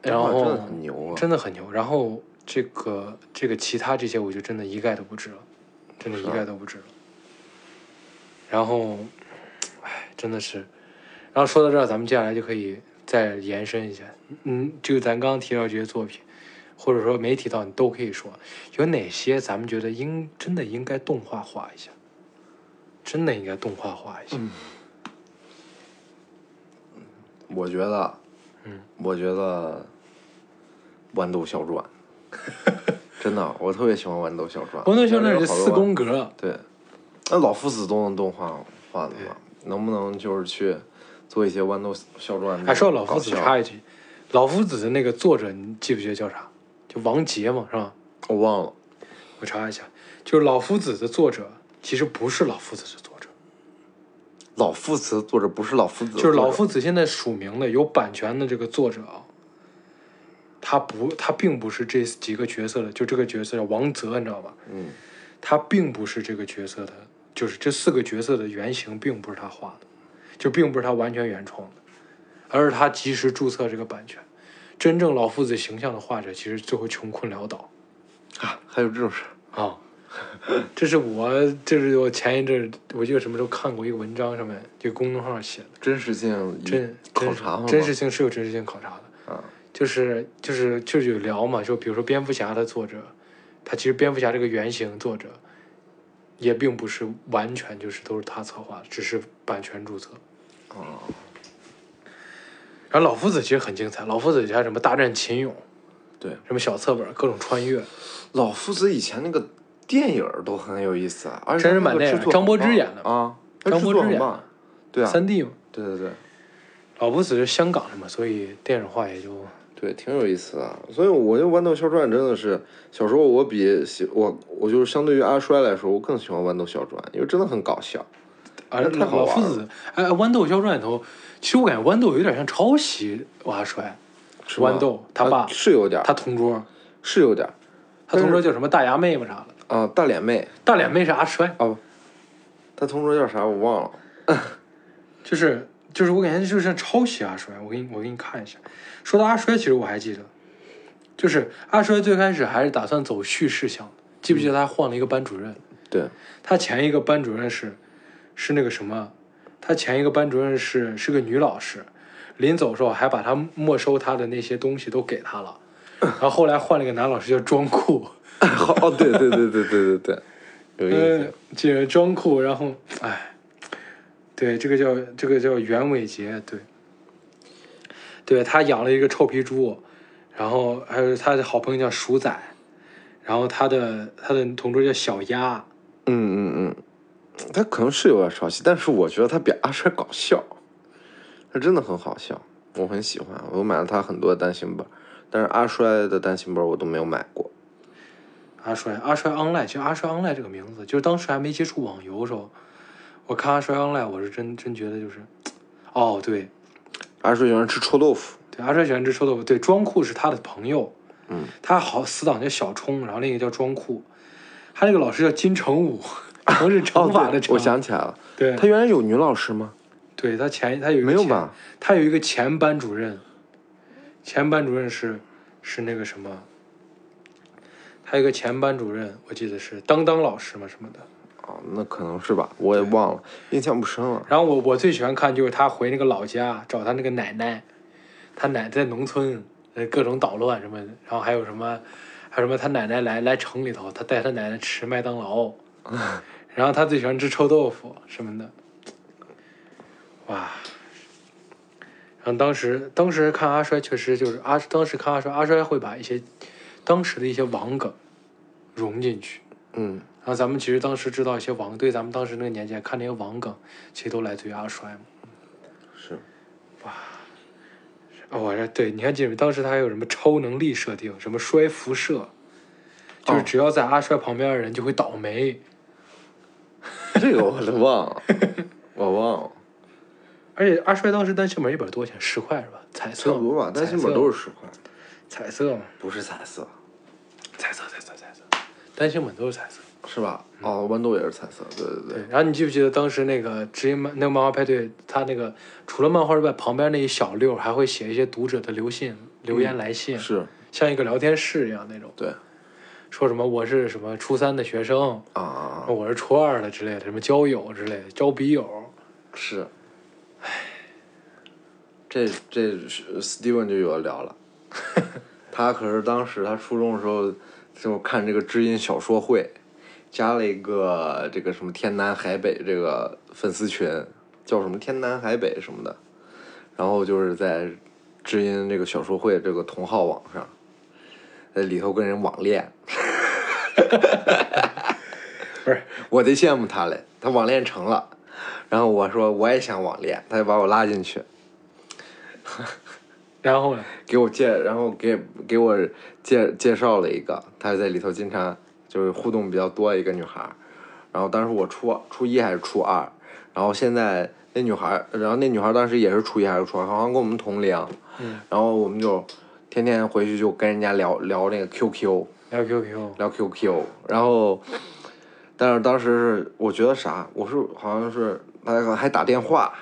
[SPEAKER 1] 然
[SPEAKER 3] 哇哎真
[SPEAKER 1] 后
[SPEAKER 3] 的很牛啊！
[SPEAKER 1] 真的很牛。然后这个这个其他这些，我就真的一概都不知了，真的一
[SPEAKER 3] 是啊
[SPEAKER 1] 概都不知了。然后，唉，真的是。然后说到这儿，咱们接下来就可以再延伸一下，嗯，就咱刚刚提到这些作品，或者说没提到，你都可以说有哪些咱们觉得应真的应该动画化一下，真的应该动画化一下。
[SPEAKER 3] 我觉得，
[SPEAKER 1] 嗯，
[SPEAKER 3] 我觉得《豌豆小传》真的，我特别喜欢《豌豆小 传》。
[SPEAKER 1] 王德兄那
[SPEAKER 3] 有
[SPEAKER 1] 是
[SPEAKER 3] 好
[SPEAKER 1] 四
[SPEAKER 3] 多
[SPEAKER 1] 宫格，
[SPEAKER 3] 对，那老夫子都能动画画的嘛？能不能就是去做一些豌豆小传？
[SPEAKER 1] 还哎说到老夫子
[SPEAKER 3] 搞笑
[SPEAKER 1] 插一句，老夫子的那个作者你记不记得叫啥？就王杰嘛，是吧？
[SPEAKER 3] 我忘了，
[SPEAKER 1] 我查一下，就是老夫子的作者其实不是老夫子的作者，
[SPEAKER 3] 老夫子的作者不是老夫子的作
[SPEAKER 1] 就
[SPEAKER 3] 者，
[SPEAKER 1] 是老夫子现在署名的有版权的这个作者啊，他不，他并不是这几个角色的，就这个角色叫王泽，你知道吧？
[SPEAKER 3] 嗯，
[SPEAKER 1] 他并不是这个角色的，就是这四个角色的原型并不是他画的，就并不是他完全原创的，而是他及时注册这个版权。真正老夫子形象的画者，其实最后穷困潦倒
[SPEAKER 3] 还有这种事儿，
[SPEAKER 1] 啊。 这是我，这是我前一阵儿，我记得什么时候看过一个文章，上面就公众号写的，
[SPEAKER 3] 真实性
[SPEAKER 1] 真
[SPEAKER 3] 考
[SPEAKER 1] 真是
[SPEAKER 3] 察吗
[SPEAKER 1] 真实性是有真实性考察的。
[SPEAKER 3] 啊，
[SPEAKER 1] 就是就是就是有聊嘛，就比如说蝙蝠侠的作者，他其实蝙蝠侠这个原型作者，也并不是完全就是都是他策划的，只是版权注册。
[SPEAKER 3] 哦，
[SPEAKER 1] 然后老夫子其实很精彩，老夫子还有什么大战秦俑，
[SPEAKER 3] 对，
[SPEAKER 1] 什么小册本，各种穿越，
[SPEAKER 3] 老夫子以前那个电影儿都很有意思啊，而且
[SPEAKER 1] 真人
[SPEAKER 3] 那个
[SPEAKER 1] 版电影
[SPEAKER 3] 制作
[SPEAKER 1] 张柏
[SPEAKER 3] 很
[SPEAKER 1] 芝
[SPEAKER 3] 棒
[SPEAKER 1] 演的
[SPEAKER 3] 啊，
[SPEAKER 1] 张
[SPEAKER 3] 制
[SPEAKER 1] 柏
[SPEAKER 3] 作
[SPEAKER 1] 芝
[SPEAKER 3] 很
[SPEAKER 1] 演
[SPEAKER 3] 棒
[SPEAKER 1] 的
[SPEAKER 3] 对啊，
[SPEAKER 1] 三 D 嘛。
[SPEAKER 3] 对对对
[SPEAKER 1] 老夫子是香港的嘛，所以电影化也就
[SPEAKER 3] 对，挺有意思的。所以我就《豌豆小传》真的是小时候我比喜我我就是相对于阿衰来说，我更喜欢《豌豆小传》，因为真的很搞笑。
[SPEAKER 1] 而
[SPEAKER 3] 啊那太好
[SPEAKER 1] 老
[SPEAKER 3] 玩
[SPEAKER 1] 夫
[SPEAKER 3] 了
[SPEAKER 1] 子，哎，哎豌豆小传里头，其实我感觉豌豆有点像抄袭瓦帅，
[SPEAKER 3] 是吗
[SPEAKER 1] 豌豆他爸
[SPEAKER 3] 啊是有点儿，
[SPEAKER 1] 他同桌，
[SPEAKER 3] 是有点儿
[SPEAKER 1] 他同桌叫什么大牙妹嘛啥的。
[SPEAKER 3] 啊，大脸妹
[SPEAKER 1] 大脸妹是阿衰，
[SPEAKER 3] 啊，不他同桌叫啥我忘了。
[SPEAKER 1] 就是就是我感觉就是像抄袭阿衰。我给你我给你看一下，说到阿衰，其实我还记得，就是阿衰最开始还是打算走叙事向的，记不记得他换了一个班主任？
[SPEAKER 3] 对，
[SPEAKER 1] 他前一个班主任是是那个什么，他前一个班主任是是个女老师，临走的时候还把他没收他的那些东西都给他了，然后后来换了一个男老师叫装酷。
[SPEAKER 3] 好哦，对对对对对对对，有印
[SPEAKER 1] 呃
[SPEAKER 3] 象。，
[SPEAKER 1] 这装酷，然后哎，对，这个叫这个叫袁伟杰，对，对他养了一个臭皮猪，然后还有他的好朋友叫鼠仔，然后他的他的同桌叫小鸭，
[SPEAKER 3] 嗯嗯嗯，他可能是有点抄袭，但是我觉得他比阿衰搞笑，他真的很好笑，我很喜欢，我买了他很多单行本，但是阿衰的单行本我都没有买过。
[SPEAKER 1] 阿衰阿衰 online，其实阿衰 online 这个名字，就是当时还没接触网游的时候，我看阿衰 online，我是真真觉得就是，哦，对
[SPEAKER 3] 阿衰喜欢吃臭豆腐，
[SPEAKER 1] 对，阿衰喜欢吃臭豆腐，对，装酷是他的朋友，
[SPEAKER 3] 嗯，
[SPEAKER 1] 他好死党叫小冲，然后另一个叫装酷，他那个老师叫金城武，城是
[SPEAKER 3] 哦
[SPEAKER 1] 惩罚的
[SPEAKER 3] 对
[SPEAKER 1] 惩，
[SPEAKER 3] 我想起来了，
[SPEAKER 1] 对，
[SPEAKER 3] 他原来有女老师吗？
[SPEAKER 1] 对他前他有一个
[SPEAKER 3] 没有
[SPEAKER 1] 前
[SPEAKER 3] 吧？
[SPEAKER 1] 他有一个前班主任，前班主任是是那个什么，他有一个前班主任，我记得是当当老师嘛什么的。
[SPEAKER 3] 哦，那可能是吧，我也忘了，印象不深了。
[SPEAKER 1] 然后我我最喜欢看就是他回那个老家找他那个奶奶，他奶在农村呃各种捣乱什么的，然后还有什么，还有什么他奶奶来来城里头，他带他奶奶吃麦当劳，然后他最喜欢吃臭豆腐什么的，哇！然后当时当时看阿衰确实就是阿，当时看阿衰阿衰会把一些当时的一些网梗融进去，
[SPEAKER 3] 嗯，
[SPEAKER 1] 然后咱们其实当时知道一些网，对咱们当时那个年纪看那些网梗，其实都来自于阿衰嘛。
[SPEAKER 3] 是，
[SPEAKER 1] 哦，我这对，你看记得当时他还有什么超能力设定，什么摔辐射，就是
[SPEAKER 3] 哦
[SPEAKER 1] 只要在阿衰旁边的人就会倒霉。
[SPEAKER 3] 这个我都忘了，我忘了，
[SPEAKER 1] 而且阿衰当时单行本一本多少钱？十块是吧？ 彩色
[SPEAKER 3] 差不多吧，单行本都是十块，
[SPEAKER 1] 彩色嘛，
[SPEAKER 3] 不是彩色，
[SPEAKER 1] 彩色彩色彩色，单行本都是彩色。
[SPEAKER 3] 是吧？哦，豌豆也是彩色，对对
[SPEAKER 1] 对
[SPEAKER 3] 对，，
[SPEAKER 1] 然后你记不记得当时那个职业漫那个漫画派对，他那个除了漫画之外，旁边那一小溜儿还会写一些读者的留信、留言来信，
[SPEAKER 3] 嗯是，
[SPEAKER 1] 像一个聊天室一样那种。
[SPEAKER 3] 对，
[SPEAKER 1] 说什么我是什么初三的学生，
[SPEAKER 3] 啊啊啊，
[SPEAKER 1] 我是初二的之类的，什么交友之类的，交笔友。
[SPEAKER 3] 是，唉，这这是 Steven 就有的聊了， 他可是当时他初中的时候就看这个知音小说会，加了一个这个什么天南海北这个粉丝群，叫什么天南海北什么的，然后就是在知音这个小说会这个同号网上，在里头跟人网恋，
[SPEAKER 1] 不是，
[SPEAKER 3] 我贼羡慕他嘞，他网恋成了，然后我说我也想网恋，他就把我拉进去。
[SPEAKER 1] 然后呢？
[SPEAKER 3] 给我介，然后给给我介介绍了一个，她在里头经常就是互动比较多一个女孩儿，然后当时我初初一还是初二，然后现在那女孩儿，然后那女孩儿当时也是初一还是初二，好像跟我们同龄，然后我们就天天回去就跟人家聊聊那个 QQ，
[SPEAKER 1] 聊 QQ，
[SPEAKER 3] 聊 QQ，然后，但是当时是我觉得啥，我是好像是还还打电话，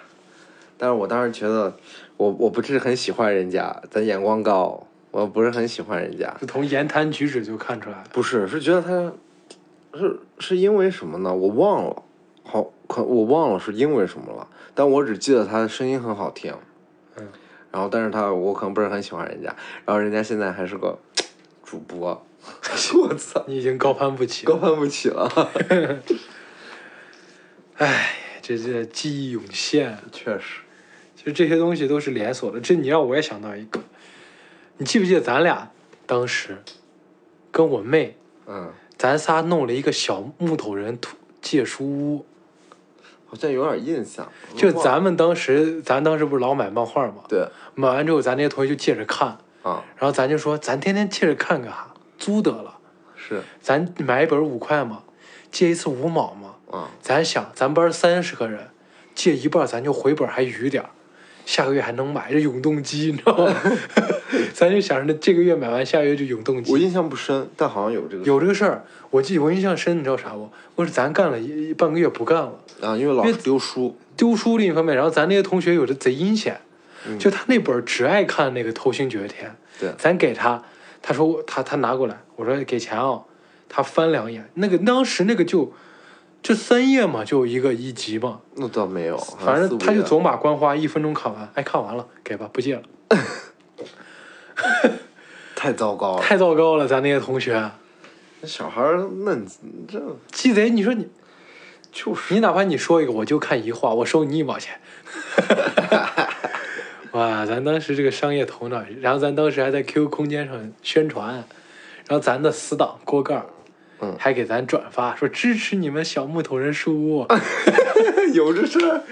[SPEAKER 3] 但是我当时觉得我我不是很喜欢人家，咱眼光高，我不是很喜欢人家，
[SPEAKER 1] 就从言谈举止就看出来了。
[SPEAKER 3] 不是是觉得他，是是因为什么呢？我忘了，好可我忘了是因为什么了，但我只记得他的声音很好听，
[SPEAKER 1] 嗯，
[SPEAKER 3] 然后但是他我可能不是很喜欢人家，然后人家现在还是个主播， 我操。
[SPEAKER 1] 你已经高攀不起了
[SPEAKER 3] 高。攀不起了，
[SPEAKER 1] 这这记忆涌现。
[SPEAKER 3] 确实。
[SPEAKER 1] 其实这些东西都是连锁的。这你让我也想到一个，你记不记得咱俩当时跟我妹，
[SPEAKER 3] 嗯，
[SPEAKER 1] 咱仨弄了一个小木头人图借书屋？
[SPEAKER 3] 好像有点印象。
[SPEAKER 1] 就
[SPEAKER 3] 忘了
[SPEAKER 1] 咱们当时，咱当时不是老买漫画嘛？
[SPEAKER 3] 对
[SPEAKER 1] 买完之后，咱那些同学就借着看，
[SPEAKER 3] 啊，
[SPEAKER 1] 然后咱就说，咱天天借着看干啥？租得了，
[SPEAKER 3] 是
[SPEAKER 1] 咱买一本五块嘛，借一次五毛嘛。
[SPEAKER 3] 啊，
[SPEAKER 1] 咱想，咱班三十个人，借一半咱就回本还余点儿，下个月还能买这永动机，你知道 吗？咱就想着这个月买完，下个月就永动
[SPEAKER 3] 我
[SPEAKER 1] 机。
[SPEAKER 3] 印象不深，但好像有这个
[SPEAKER 1] 有这个事儿，我记我印象深，你知道啥不？我是咱干了一半个月不干了，
[SPEAKER 3] 啊，因为老
[SPEAKER 1] 因
[SPEAKER 3] 是
[SPEAKER 1] 为
[SPEAKER 3] 丢书，
[SPEAKER 1] 丢书另一方面，然后咱那些同学有的贼阴险，
[SPEAKER 3] 嗯
[SPEAKER 1] 就他那本儿只爱看那个《偷星绝天》，
[SPEAKER 3] 对
[SPEAKER 1] 咱给他，他说我他他拿过来，我说给钱啊、他翻两眼，那个当时那个就就三页嘛，就一个一集嘛，
[SPEAKER 3] 那倒没有，好像
[SPEAKER 1] 反
[SPEAKER 3] 四
[SPEAKER 1] 正
[SPEAKER 3] 五
[SPEAKER 1] 他就
[SPEAKER 3] 页
[SPEAKER 1] 走马观花，一分钟看完，哎，看完了，给吧，不借了，
[SPEAKER 3] 太糟糕了。
[SPEAKER 1] 太糟糕了，咱那些同学，啊
[SPEAKER 3] 那小孩儿，那你这
[SPEAKER 1] 鸡贼，你说你，
[SPEAKER 3] 就是
[SPEAKER 1] 你哪怕你说一个，我就看一话，我收你一毛 钱，哇，咱当时这个商业头脑，然后咱当时还在 QQ 空间上宣传，然后咱的死党锅盖儿
[SPEAKER 3] 嗯
[SPEAKER 1] 还给咱转发说支持你们小木头人书屋，
[SPEAKER 3] 嗯有这事儿。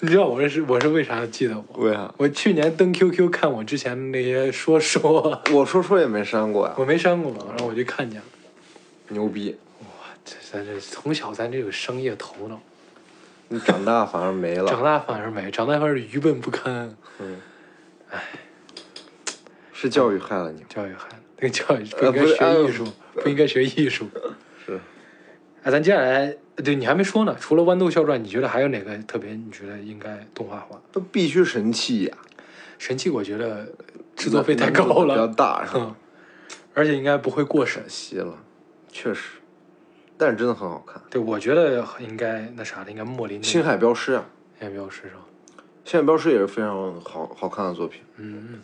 [SPEAKER 1] 你知道我是我是为啥记得我？
[SPEAKER 3] 为啥？
[SPEAKER 1] 我去年登 QQ 看我之前那些说说，
[SPEAKER 3] 我说说也没删过呀
[SPEAKER 1] 我，没删过嘛，然后我就看见了。
[SPEAKER 3] 牛逼！
[SPEAKER 1] 这咱这从小咱这有商业头脑，
[SPEAKER 3] 你长大反而没
[SPEAKER 1] 长
[SPEAKER 3] 了，嗯
[SPEAKER 1] 大反而没，长大反而愚笨不堪。
[SPEAKER 3] 是教育害了你。
[SPEAKER 1] 教育孩子，那个教育不应
[SPEAKER 3] 不
[SPEAKER 1] 该
[SPEAKER 3] 是哎
[SPEAKER 1] 学
[SPEAKER 3] 呦
[SPEAKER 1] 艺术，不应该学艺术。
[SPEAKER 3] 是。
[SPEAKER 1] 啊，咱接下来，对你还没说呢。除了豌豆笑传，你觉得还有哪个特别？你觉得应该动画化？
[SPEAKER 3] 那必须神器呀，
[SPEAKER 1] 神器我觉得制作费太
[SPEAKER 3] 难度
[SPEAKER 1] 高
[SPEAKER 3] 比较
[SPEAKER 1] 了，
[SPEAKER 3] 大，是吧
[SPEAKER 1] 嗯，而且应该不会过审。
[SPEAKER 3] 稀了，确实，但是真的很好看。
[SPEAKER 1] 对，我觉得应该那啥的，应该莫林
[SPEAKER 3] 星海镖师啊，
[SPEAKER 1] 也比较时尚。
[SPEAKER 3] 星海镖师也是非常好好看的作品。
[SPEAKER 1] 嗯，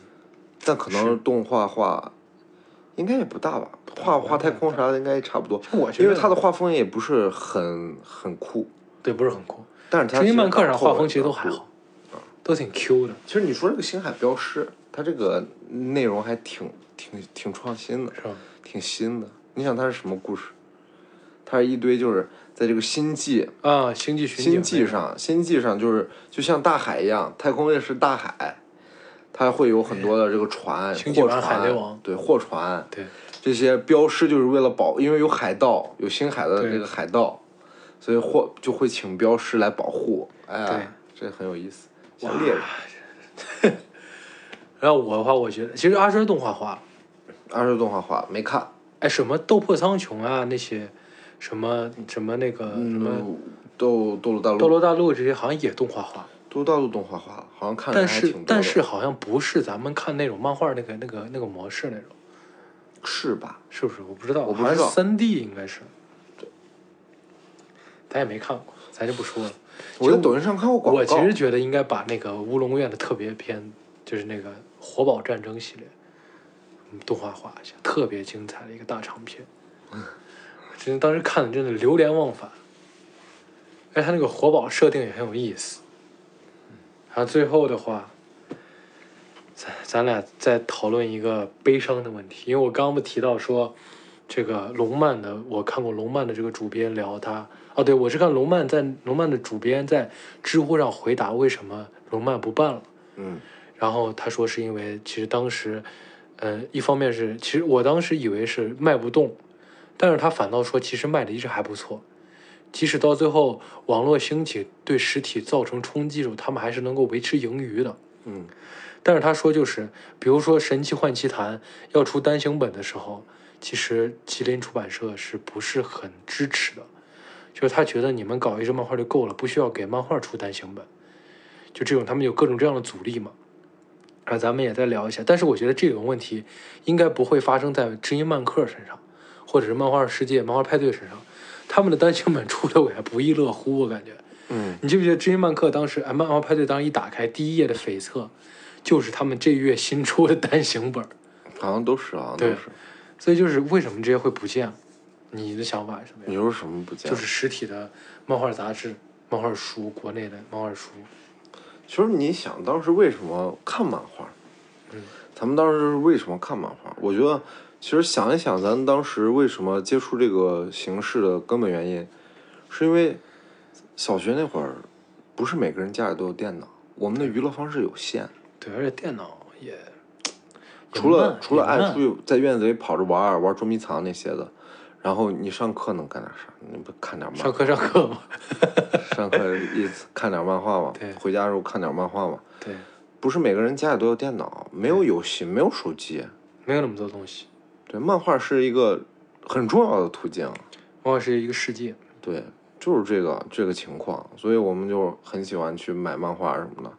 [SPEAKER 3] 但可能动画画应该也不大吧，画画太空啥的应该差不多。
[SPEAKER 1] 我觉得
[SPEAKER 3] 因为他的画风也不是很很酷，
[SPEAKER 1] 对，不是很酷。
[SPEAKER 3] 但是他
[SPEAKER 1] 纯音漫
[SPEAKER 3] 课
[SPEAKER 1] 课上画风其实都还好。，都挺 Q 的，
[SPEAKER 3] 其实你说这个星海镖师，他这个内容还挺挺挺创新的，
[SPEAKER 1] 是吧？
[SPEAKER 3] 挺新的。你想它是什么故事？它是一堆就是在这个星际
[SPEAKER 1] 啊，星际巡警
[SPEAKER 3] 星际上，星际上就是就像大海一样，太空也是大海，它会有很多的这个船、
[SPEAKER 1] 哎星际
[SPEAKER 3] 货
[SPEAKER 1] 版
[SPEAKER 3] 船、
[SPEAKER 1] 海贼王
[SPEAKER 3] 对货船，
[SPEAKER 1] 对，
[SPEAKER 3] 这些镖师就是为了保，因为有海盗，有星海的
[SPEAKER 1] 对
[SPEAKER 3] 这个海盗，所以或就会请镖师来保护。哎呀，这很有意思，像猎人。
[SPEAKER 1] 然后我的话，我觉得其实阿衰动画化，
[SPEAKER 3] 二十动画画没看，
[SPEAKER 1] 哎，什么斗破苍穹啊那些，什么什么那个、什么
[SPEAKER 3] 嗯，斗斗罗大陆，
[SPEAKER 1] 斗罗大陆这些好像也动画化，
[SPEAKER 3] 斗罗大陆动画画了，好像看
[SPEAKER 1] 但
[SPEAKER 3] 着还挺
[SPEAKER 1] 是
[SPEAKER 3] 多的
[SPEAKER 1] 但是好像不是咱们看那种漫画那个那个那个模式那种，
[SPEAKER 3] 是吧？
[SPEAKER 1] 是不是？我不知道，
[SPEAKER 3] 我不知道
[SPEAKER 1] 三 D 应该是，咱也没看过，咱就不说了。
[SPEAKER 3] 我在抖音上看过广告，
[SPEAKER 1] 我其实觉得应该把那个乌龙院的特别篇，就是那个火宝战争系列，嗯动画化一下，特别精彩的一个大长篇。我真的当时看的真的流连忘返。哎，他那个火宝设定也很有意思。然后最后的话，咱咱俩再讨论一个悲伤的问题，因为我刚刚不提到说，这个龙漫的，我看过龙漫的这个主编聊他，哦，对我是看龙漫在龙漫的主编在知乎上回答为什么龙漫不办了，
[SPEAKER 3] 嗯
[SPEAKER 1] 然后他说是因为其实当时，呃，一方面是其实我当时以为是卖不动，但是他反倒说其实卖的一直还不错，即使到最后网络兴起对实体造成冲击的时候，他们还是能够维持盈余的。
[SPEAKER 3] 嗯
[SPEAKER 1] 但是他说就是，比如说《神奇幻奇谭》要出单行本的时候，其实吉林出版社是不是很支持的？就是他觉得你们搞一支漫画就够了，不需要给漫画出单行本。就这种，他们有各种各样的阻力嘛。啊，咱们也再聊一下，但是我觉得这种问题应该不会发生在知音漫客身上，或者是漫画世界、漫画派对身上。他们的单行本出的我也不亦乐乎，我感觉。
[SPEAKER 3] 嗯
[SPEAKER 1] 你记不记得知音漫客当时哎，漫画派对当时一打开第一页的匪册，就是他们这月新出的单行本儿，
[SPEAKER 3] 好像都是，啊好像都
[SPEAKER 1] 对
[SPEAKER 3] 是。
[SPEAKER 1] 所以就是为什么这些会不见？你的想法是什么
[SPEAKER 3] 你
[SPEAKER 1] 呀？
[SPEAKER 3] 说什么不
[SPEAKER 1] 啊
[SPEAKER 3] 见？
[SPEAKER 1] 就是实体的漫画杂志、漫画书，国内的漫画书，
[SPEAKER 3] 其实你想，当时为什么看漫画？
[SPEAKER 1] 嗯，
[SPEAKER 3] 咱们当时是为什么看漫画？我觉得，其实想一想，咱当时为什么接触这个形式的根本原因，是因为小学那会儿，不是每个人家里都有电脑，我们的娱乐方式有限。
[SPEAKER 1] 对，而且电脑也
[SPEAKER 3] 除了除了爱
[SPEAKER 1] 爱
[SPEAKER 3] 出去在院子里跑着玩儿、玩捉迷藏那些的，然后你上课能干点啥？你不看点漫
[SPEAKER 1] 上课上课嘛，
[SPEAKER 3] 上课一看点漫画嘛
[SPEAKER 1] 对，
[SPEAKER 3] 回家的时候看点漫画嘛。
[SPEAKER 1] 对，
[SPEAKER 3] 不是每个人家里都有电脑，没有游戏，没有手机。
[SPEAKER 1] 没有那么多东西，
[SPEAKER 3] 对，漫画是一个很重要的途径。
[SPEAKER 1] 漫画是一个世界，
[SPEAKER 3] 对，就是这个这个情况，所以我们就很喜欢去买漫画什么的。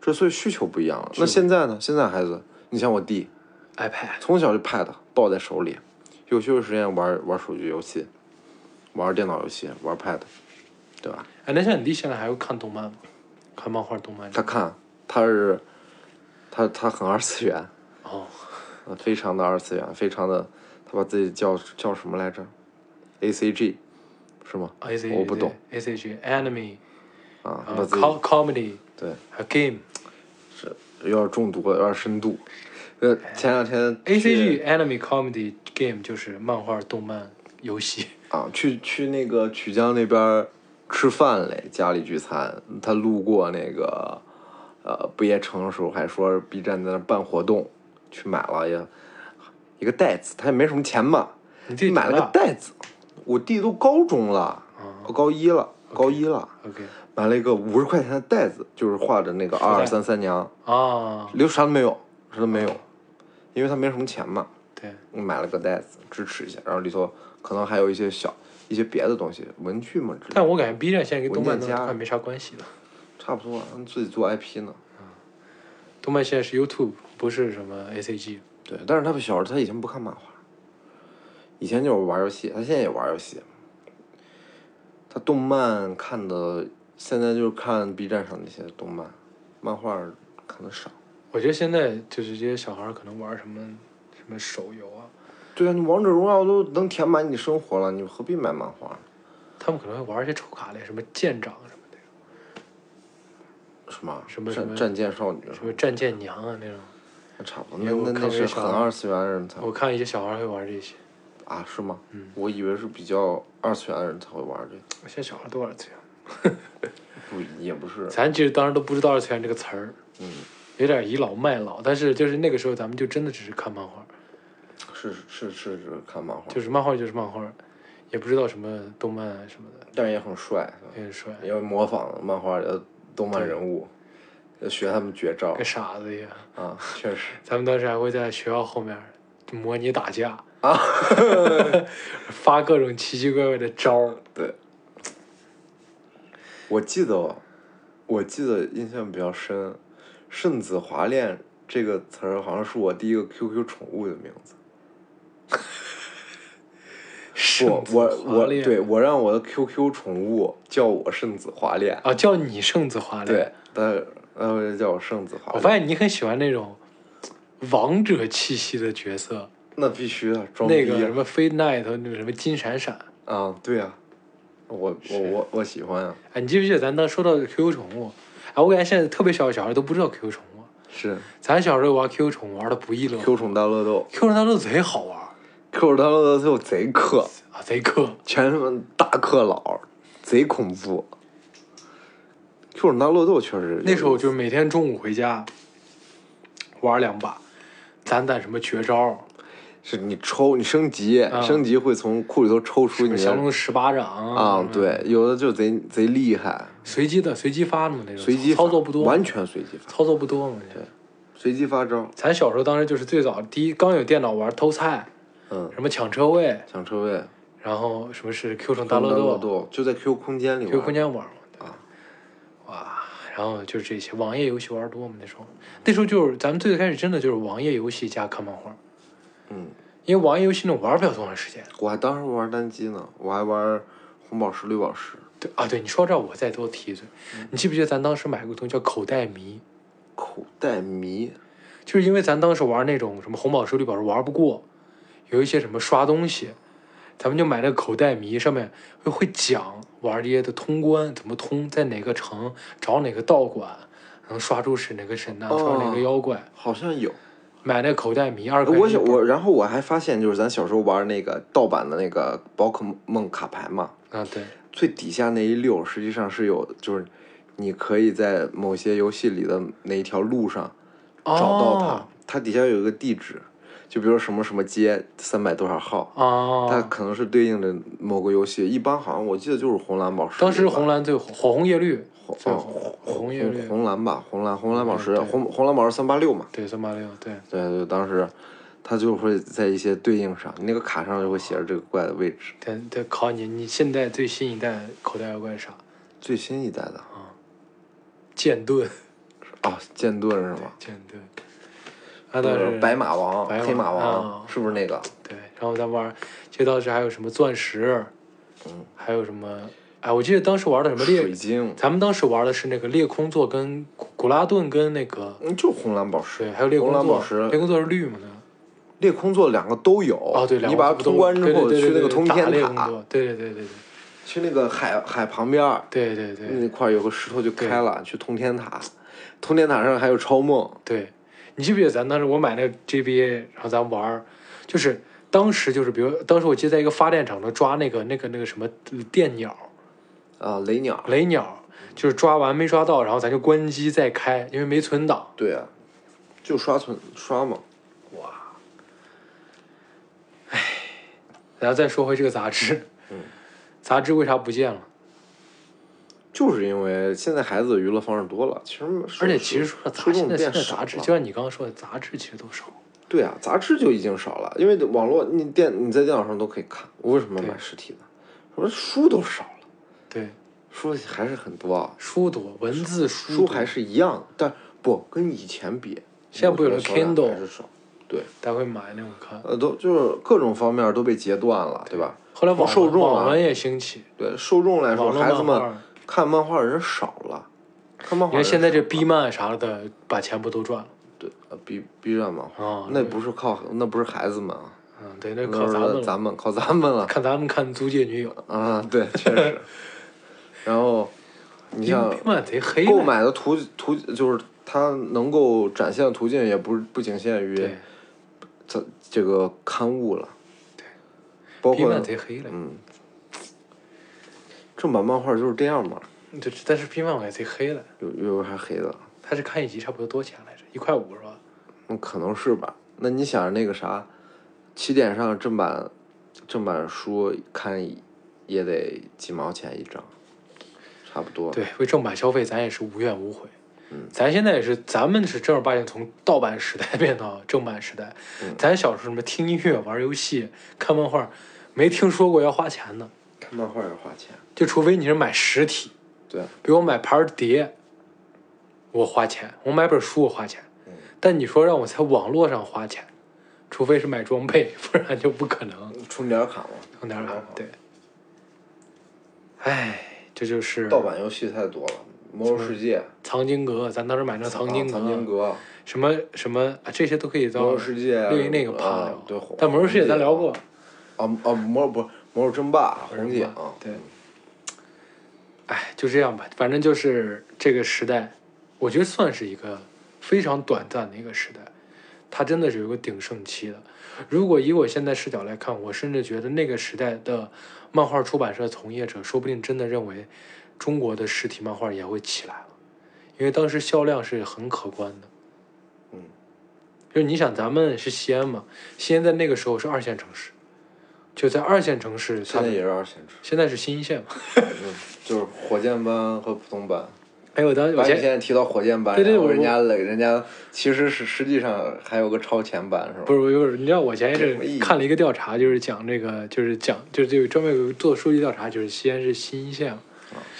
[SPEAKER 3] 这所以需求不一样了。那现在呢？现在孩子，你像我弟，
[SPEAKER 1] iPad
[SPEAKER 3] 从小就 pad 抱在手里，有休息时间玩玩手机游戏，玩电脑游戏，玩 pad，对吧？
[SPEAKER 1] 哎，那像你弟现在还会看动漫吗？看漫画、动漫这
[SPEAKER 3] 他
[SPEAKER 1] 种？
[SPEAKER 3] 看，他是他他很二次元，
[SPEAKER 1] 哦，
[SPEAKER 3] 呃，非常的二次元，非常的，他把自己叫叫什么来着？A C G，是吗？
[SPEAKER 1] A C
[SPEAKER 3] 我不懂
[SPEAKER 1] A C G anime
[SPEAKER 3] 啊，
[SPEAKER 1] 啊
[SPEAKER 3] 把自己
[SPEAKER 1] ，com comedy
[SPEAKER 3] 对，
[SPEAKER 1] 还有 game
[SPEAKER 3] 有点中毒了，有点深度。呃，前两天
[SPEAKER 1] A C
[SPEAKER 3] 去
[SPEAKER 1] G anime comedy game 就是漫画、动漫、游戏。
[SPEAKER 3] 啊，去去那个曲江那边儿吃饭嘞，家里聚餐，他路过那个呃不夜城的时候，还说 B 站在那办活动，去买了一一个袋子，他也没什么钱嘛，
[SPEAKER 1] 你弟
[SPEAKER 3] 买了个
[SPEAKER 1] 多
[SPEAKER 3] 袋子。我弟都高中了，我高一了，高一了，
[SPEAKER 1] 大啊 OK
[SPEAKER 3] 买了一个五十块钱的袋子，就是画着那个二二三三娘，
[SPEAKER 1] 啊，
[SPEAKER 3] 留啥都没有，啥都没有，因为他没什么钱嘛。
[SPEAKER 1] 对，
[SPEAKER 3] 买了个袋子支持一下，然后里头可能还有一些小一些别的东西，文具嘛之类
[SPEAKER 1] 但
[SPEAKER 3] 的，
[SPEAKER 1] 我感觉 B 站现在跟动漫都
[SPEAKER 3] 文件夹
[SPEAKER 1] 快没啥关系了。
[SPEAKER 3] 差不多啊，自己做 IP 呢。
[SPEAKER 1] 动漫现在是 YouTube，不是什么 A C G。
[SPEAKER 3] 对，但是他小时候他以前不看漫画，以前就是玩游戏，他现在也玩游戏。他动漫看的，现在就是看 B 站上那些动漫，漫画看的少。
[SPEAKER 1] 我觉得现在就是这些小孩儿可能玩什么什么手游啊，
[SPEAKER 3] 对啊，你王者荣耀都能填满你生活了，你何必买漫画？
[SPEAKER 1] 他们可能会玩一些抽卡类，什么舰长什么的，
[SPEAKER 3] 什么
[SPEAKER 1] 什么什么
[SPEAKER 3] 战战舰少女，
[SPEAKER 1] 什么战舰娘啊那种。
[SPEAKER 3] 那差不多。
[SPEAKER 1] 因
[SPEAKER 3] 那
[SPEAKER 1] 为我
[SPEAKER 3] 那
[SPEAKER 1] 看啊
[SPEAKER 3] 那
[SPEAKER 1] 过
[SPEAKER 3] 是
[SPEAKER 1] 一小
[SPEAKER 3] 很
[SPEAKER 1] 孩
[SPEAKER 3] 二次元的人才
[SPEAKER 1] 我看一些小孩儿会玩这些，
[SPEAKER 3] 啊？是吗？
[SPEAKER 1] 哦嗯，
[SPEAKER 3] 我以为是比较二次元的人才会玩这个，
[SPEAKER 1] 现在小孩儿都玩这样。
[SPEAKER 3] 不也不是。
[SPEAKER 1] 咱其实当时都不知道二次元这个词儿，
[SPEAKER 3] 嗯，
[SPEAKER 1] 有点倚老卖老，但是就是那个时候咱们就真的只是看漫画，
[SPEAKER 3] 是是是是看漫画，
[SPEAKER 1] 就是漫画就是漫画，也不知道什么动漫啊什么的，
[SPEAKER 3] 但是也很帅，
[SPEAKER 1] 也很帅，
[SPEAKER 3] 要模仿漫画里的动漫人物，要学他们绝招
[SPEAKER 1] 跟傻子一样。
[SPEAKER 3] 啊，确实。
[SPEAKER 1] 咱们当时还会在学校后面模拟打架啊， 发各种奇奇怪怪的招儿。
[SPEAKER 3] 对，我记得，我记得印象比较深，圣子华恋这个词儿好像是我第一个 QQ 宠物的名字。我
[SPEAKER 1] 圣子
[SPEAKER 3] 我
[SPEAKER 1] 华
[SPEAKER 3] 我，
[SPEAKER 1] 恋
[SPEAKER 3] 对我让我的 QQ 宠物叫我圣子华恋，
[SPEAKER 1] 啊，叫你圣子华恋。
[SPEAKER 3] 对，他呃叫我圣子华
[SPEAKER 1] 我
[SPEAKER 3] 恋。
[SPEAKER 1] 发现你很喜欢那种王者气息的角色，
[SPEAKER 3] 那必须的，装逼
[SPEAKER 1] 那
[SPEAKER 3] 啊
[SPEAKER 1] 个什么飞奈特，那个什么金闪闪。
[SPEAKER 3] 啊，对啊，我我我我喜欢啊，
[SPEAKER 1] 哎，你记不记得咱当时说到 QQ 宠物？哎，我感觉现在特别小的小孩都不知道 QQ 宠物。
[SPEAKER 3] 是
[SPEAKER 1] 咱小时候玩 QQ 宠物玩的不亦乐乎
[SPEAKER 3] Q 宠大乐豆
[SPEAKER 1] ，Q 上它都贼好玩儿
[SPEAKER 3] ，Q 宠大乐豆最后贼克，
[SPEAKER 1] 啊，贼氪。
[SPEAKER 3] 全他妈大克佬，贼恐怖。Q 宠大乐豆确实有
[SPEAKER 1] 那时候就是每天中午回家玩两把，攒攒什么绝招，
[SPEAKER 3] 是你抽你升级，
[SPEAKER 1] 啊
[SPEAKER 3] 升级会从库里头抽出
[SPEAKER 1] 什么
[SPEAKER 3] 你
[SPEAKER 1] 降
[SPEAKER 3] 的
[SPEAKER 1] 龙十八掌
[SPEAKER 3] 啊、对，有的就贼贼厉害，
[SPEAKER 1] 随机的随机发的嘛那种，
[SPEAKER 3] 随机
[SPEAKER 1] 操
[SPEAKER 3] 发
[SPEAKER 1] 作不多，
[SPEAKER 3] 完全随机发，
[SPEAKER 1] 操作不多嘛。对，
[SPEAKER 3] 随机发招，
[SPEAKER 1] 咱小时候当时就是最早第一刚有电脑玩偷菜，
[SPEAKER 3] 嗯，
[SPEAKER 1] 什么抢车位，
[SPEAKER 3] 抢车位，
[SPEAKER 1] 然后什么是 Q 城大
[SPEAKER 3] 当
[SPEAKER 1] 乐
[SPEAKER 3] 乐
[SPEAKER 1] 斗
[SPEAKER 3] 就在 QQ 空间里
[SPEAKER 1] ，Q
[SPEAKER 3] 玩
[SPEAKER 1] 空间玩嘛。对
[SPEAKER 3] 啊，
[SPEAKER 1] 哇，然后就是这些网页游戏玩多嘛那时候，那时候就是咱们最开始真的就是网页游戏加看漫画，
[SPEAKER 3] 嗯，
[SPEAKER 1] 因为网页游戏呢玩不了多长时间。
[SPEAKER 3] 我还当时玩单机呢，我还玩红宝石、绿宝石，
[SPEAKER 1] 对啊，对，你说这儿我再多提一嘴，你记不记得咱当时买过个东西叫口袋迷？
[SPEAKER 3] 口袋迷，
[SPEAKER 1] 就是因为咱当时玩那种什么红宝石、绿宝石玩不过，有一些什么刷东西，咱们就买那个口袋迷，上面会会讲玩这些的通关怎么通，在哪个城找哪个道馆，能刷出是哪个神呐、
[SPEAKER 3] 哦
[SPEAKER 1] 刷哪个妖怪，
[SPEAKER 3] 好像有。
[SPEAKER 1] 买那口袋迷二块
[SPEAKER 3] 我
[SPEAKER 1] 一
[SPEAKER 3] 小
[SPEAKER 1] 本儿。
[SPEAKER 3] 我，然后我还发现，就是咱小时候玩那个盗版的那个宝可梦卡牌嘛，
[SPEAKER 1] 啊，对，
[SPEAKER 3] 最底下那一溜儿实际上是有，就是你可以在某些游戏里的哪一条路上找到它，
[SPEAKER 1] 哦
[SPEAKER 3] 它底下有一个地址，就比如什么什么街三百多少号，
[SPEAKER 1] 哦，
[SPEAKER 3] 它可能是对应着某个游戏。一般好像我记得就是红蓝宝石，
[SPEAKER 1] 当时
[SPEAKER 3] 对吧
[SPEAKER 1] 红蓝最火，火红叶绿
[SPEAKER 3] 红
[SPEAKER 1] 最
[SPEAKER 3] 哦
[SPEAKER 1] 火，红叶
[SPEAKER 3] 红
[SPEAKER 1] 绿，
[SPEAKER 3] 红蓝吧，红蓝红蓝宝石，
[SPEAKER 1] 对
[SPEAKER 3] 红红蓝宝石三八六嘛，
[SPEAKER 1] 对，三八六，对，
[SPEAKER 3] 对对，当时。它就会在一些对应上，你那个卡上就会写着这个怪的位置。
[SPEAKER 1] 得得考你，你现在最新一代口袋妖怪是啥？
[SPEAKER 3] 最新一代的
[SPEAKER 1] 剑盾，
[SPEAKER 3] 啊，剑盾是吗？
[SPEAKER 1] 剑盾，啊，但是
[SPEAKER 3] 白马王、
[SPEAKER 1] 白马
[SPEAKER 3] 黑马
[SPEAKER 1] 啊
[SPEAKER 3] 王、是不是那个？
[SPEAKER 1] 对，然后咱玩，记得当时还有什么钻石，
[SPEAKER 3] 嗯，
[SPEAKER 1] 还有什么？哎，我记得当时玩的什么
[SPEAKER 3] 水
[SPEAKER 1] 裂，
[SPEAKER 3] 晶，
[SPEAKER 1] 咱们当时玩的是那个裂空座跟古古拉顿跟那个
[SPEAKER 3] 嗯，就红蓝宝石
[SPEAKER 1] 对，，还有裂空
[SPEAKER 3] 红蓝
[SPEAKER 1] 座
[SPEAKER 3] 宝石，
[SPEAKER 1] 裂空座是绿嘛？那个
[SPEAKER 3] 裂空座两个都有。
[SPEAKER 1] 哦，对，两
[SPEAKER 3] 你把它
[SPEAKER 1] 不都
[SPEAKER 3] 通关之
[SPEAKER 1] 对对
[SPEAKER 3] 后
[SPEAKER 1] 对
[SPEAKER 3] 去那
[SPEAKER 1] 对
[SPEAKER 3] 个
[SPEAKER 1] 对
[SPEAKER 3] 通
[SPEAKER 1] 打
[SPEAKER 3] 天
[SPEAKER 1] 裂空
[SPEAKER 3] 塔，
[SPEAKER 1] 座，对对对对
[SPEAKER 3] 去那个海海旁边儿
[SPEAKER 1] 对对对对
[SPEAKER 3] 那块儿有个石头就开了，去通天塔，通天塔上还有超梦，
[SPEAKER 1] 对，你记不记得咱当时我买那个 GBA，然后咱玩儿，就是当时就是比如当时我记得在一个发电厂那抓那个那个那个什么电鸟
[SPEAKER 3] 啊，雷鸟。
[SPEAKER 1] 雷鸟，就是抓完没抓到，然后咱就关机再开，因为没存档。
[SPEAKER 3] 对啊，就刷存刷嘛。
[SPEAKER 1] 然后再说回这个杂志，
[SPEAKER 3] 嗯
[SPEAKER 1] 杂志为啥不见了？
[SPEAKER 3] 就是因为现在孩子的娱乐方式多了，其实
[SPEAKER 1] 而且其实说
[SPEAKER 3] 受
[SPEAKER 1] 杂志，
[SPEAKER 3] 众
[SPEAKER 1] 现在现
[SPEAKER 3] 变
[SPEAKER 1] 在
[SPEAKER 3] 少
[SPEAKER 1] 杂志，
[SPEAKER 3] 了
[SPEAKER 1] 就像你刚刚说的，杂志其实都少。
[SPEAKER 3] 对啊，杂志就已经少了，因为网络你电你在电脑上都可以看，我为什么要买
[SPEAKER 1] 对
[SPEAKER 3] 实体呢？我说书都少了，
[SPEAKER 1] 对，
[SPEAKER 3] 书还是很多啊，
[SPEAKER 1] 书多，文字书
[SPEAKER 3] 书
[SPEAKER 1] 多
[SPEAKER 3] 还是一样，但不跟以前比，
[SPEAKER 1] 现在不有了
[SPEAKER 3] 我觉得销量
[SPEAKER 1] Kindle
[SPEAKER 3] 还是少，对，
[SPEAKER 1] 大家会买那种看。
[SPEAKER 3] 呃，都就是各种方面都被截断了，对吧？
[SPEAKER 1] 后来
[SPEAKER 3] 从
[SPEAKER 1] 网
[SPEAKER 3] 受众
[SPEAKER 1] 网文
[SPEAKER 3] 啊，
[SPEAKER 1] 也兴起，
[SPEAKER 3] 对受众来说，
[SPEAKER 1] 网络
[SPEAKER 3] 孩子
[SPEAKER 1] 漫
[SPEAKER 3] 们
[SPEAKER 1] 画。
[SPEAKER 3] 看漫画的人少了，看漫
[SPEAKER 1] 你
[SPEAKER 3] 画
[SPEAKER 1] 看
[SPEAKER 3] 的人
[SPEAKER 1] 现在这
[SPEAKER 3] 少了
[SPEAKER 1] B 漫啥的，把钱不都赚了？
[SPEAKER 3] 对呃 B B 站漫画，
[SPEAKER 1] 啊
[SPEAKER 3] 哦那不是靠那不是孩子们啊，
[SPEAKER 1] 嗯，对，那
[SPEAKER 3] 那
[SPEAKER 1] 靠咱们
[SPEAKER 3] 是
[SPEAKER 1] 了
[SPEAKER 3] 咱们靠咱们了。
[SPEAKER 1] 看咱们看《租借女友》
[SPEAKER 3] 啊，对，确 实。然后你
[SPEAKER 1] 因为
[SPEAKER 3] 像
[SPEAKER 1] ，B 漫贼黑的
[SPEAKER 3] 购买的途途，就是它能够展现的途径，也不是不仅限于
[SPEAKER 1] 对
[SPEAKER 3] 这这个刊物了，包
[SPEAKER 1] ，B
[SPEAKER 3] 括
[SPEAKER 1] 漫贼黑的，
[SPEAKER 3] 嗯，正版漫画就是这样嘛，
[SPEAKER 1] 对，但是 B 漫我也贼黑的，
[SPEAKER 3] 有有还黑的，
[SPEAKER 1] 他是看一集差不多多少钱来着？一块五是吧？
[SPEAKER 3] 那可能是吧？那你想那个啥，起点上正版正版书看也得几毛钱一张，差不多。
[SPEAKER 1] 对，为正版消费，咱也是无怨无悔。
[SPEAKER 3] 嗯
[SPEAKER 1] 咱现在也是，咱们是正儿八经从盗版时代 变到正版时代。
[SPEAKER 3] 嗯
[SPEAKER 1] 咱小时候什么听音乐、玩游戏、看漫画，没听说过要花钱的，
[SPEAKER 3] 看漫画要花钱，
[SPEAKER 1] 就除非你是买实体，
[SPEAKER 3] 对啊。
[SPEAKER 1] 比如我买盘儿碟，我花钱；我买本书我花钱。
[SPEAKER 3] 嗯
[SPEAKER 1] 但你说让我在网络上花钱，除非是买装备， 不然就不可能。
[SPEAKER 3] 充点卡嘛，啊
[SPEAKER 1] 有点
[SPEAKER 3] 嗯
[SPEAKER 1] 儿对。哎，这就是
[SPEAKER 3] 盗版游戏太多了，《魔兽世界》
[SPEAKER 1] 藏经阁，咱当时买那藏经
[SPEAKER 3] 啊
[SPEAKER 1] 阁，
[SPEAKER 3] 藏经阁，
[SPEAKER 1] 什么什么啊，这些都可以到
[SPEAKER 3] 魔兽世界
[SPEAKER 1] 另一那个趴
[SPEAKER 3] 啊
[SPEAKER 1] 聊。
[SPEAKER 3] 对
[SPEAKER 1] 但魔兽世界咱聊过，
[SPEAKER 3] 啊啊，魔不是《魔兽争霸》红警，
[SPEAKER 1] 对。嗯哎，就这样吧，反正就是这个时代，我觉得算是一个非常短暂的一个时代，它真的是有一个鼎盛期的。如果以我现在视角来看，我甚至觉得那个时代的漫画出版社从业者，说不定真的认为中国的实体漫画也会起来了，因为当时销量是很可观的。
[SPEAKER 3] 嗯，
[SPEAKER 1] 就是你想，咱们是西安嘛，西安在那个时候是二线城市，就在二线城市，
[SPEAKER 3] 现
[SPEAKER 1] 它
[SPEAKER 3] 在也是二线城
[SPEAKER 1] 现在是新一线嘛。
[SPEAKER 3] 市，就是火箭班和普通班。
[SPEAKER 1] 哎，我当时我
[SPEAKER 3] 而且
[SPEAKER 1] 前
[SPEAKER 3] 现在提到火箭班，
[SPEAKER 1] 对对
[SPEAKER 3] 然后
[SPEAKER 1] 我
[SPEAKER 3] 人家累，人家其实是实际上还有个超前班是吧？
[SPEAKER 1] 不
[SPEAKER 3] 是，
[SPEAKER 1] 是，不是，你知道我前一
[SPEAKER 3] 有什么意
[SPEAKER 1] 阵
[SPEAKER 3] 义
[SPEAKER 1] 看了一个调查，就是讲这个，就是讲，就是这个专门有个做数据调查，就是西安是新一线，
[SPEAKER 3] 啊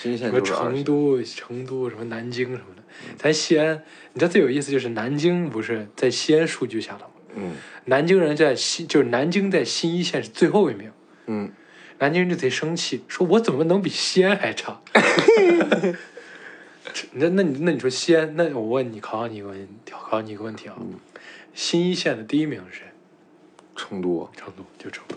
[SPEAKER 3] 新
[SPEAKER 1] 什
[SPEAKER 3] 线
[SPEAKER 1] 么
[SPEAKER 3] 就是二
[SPEAKER 1] 成
[SPEAKER 3] 线。
[SPEAKER 1] 都、成都什么南京什么的。咱西安，你知道最有意思就是南京不是在西安数据下的吗？
[SPEAKER 3] 嗯
[SPEAKER 1] 南京人在新，就是南京在新一线是最后一名，
[SPEAKER 3] 嗯，
[SPEAKER 1] 南京人就贼生气，说我怎么能比西安还差？ 那那你那你说西安？那我问你，考考你一个问，考考你一个问题啊，
[SPEAKER 3] 嗯
[SPEAKER 1] 新一线的第一名是谁？
[SPEAKER 3] 成都，
[SPEAKER 1] 成都，就成都。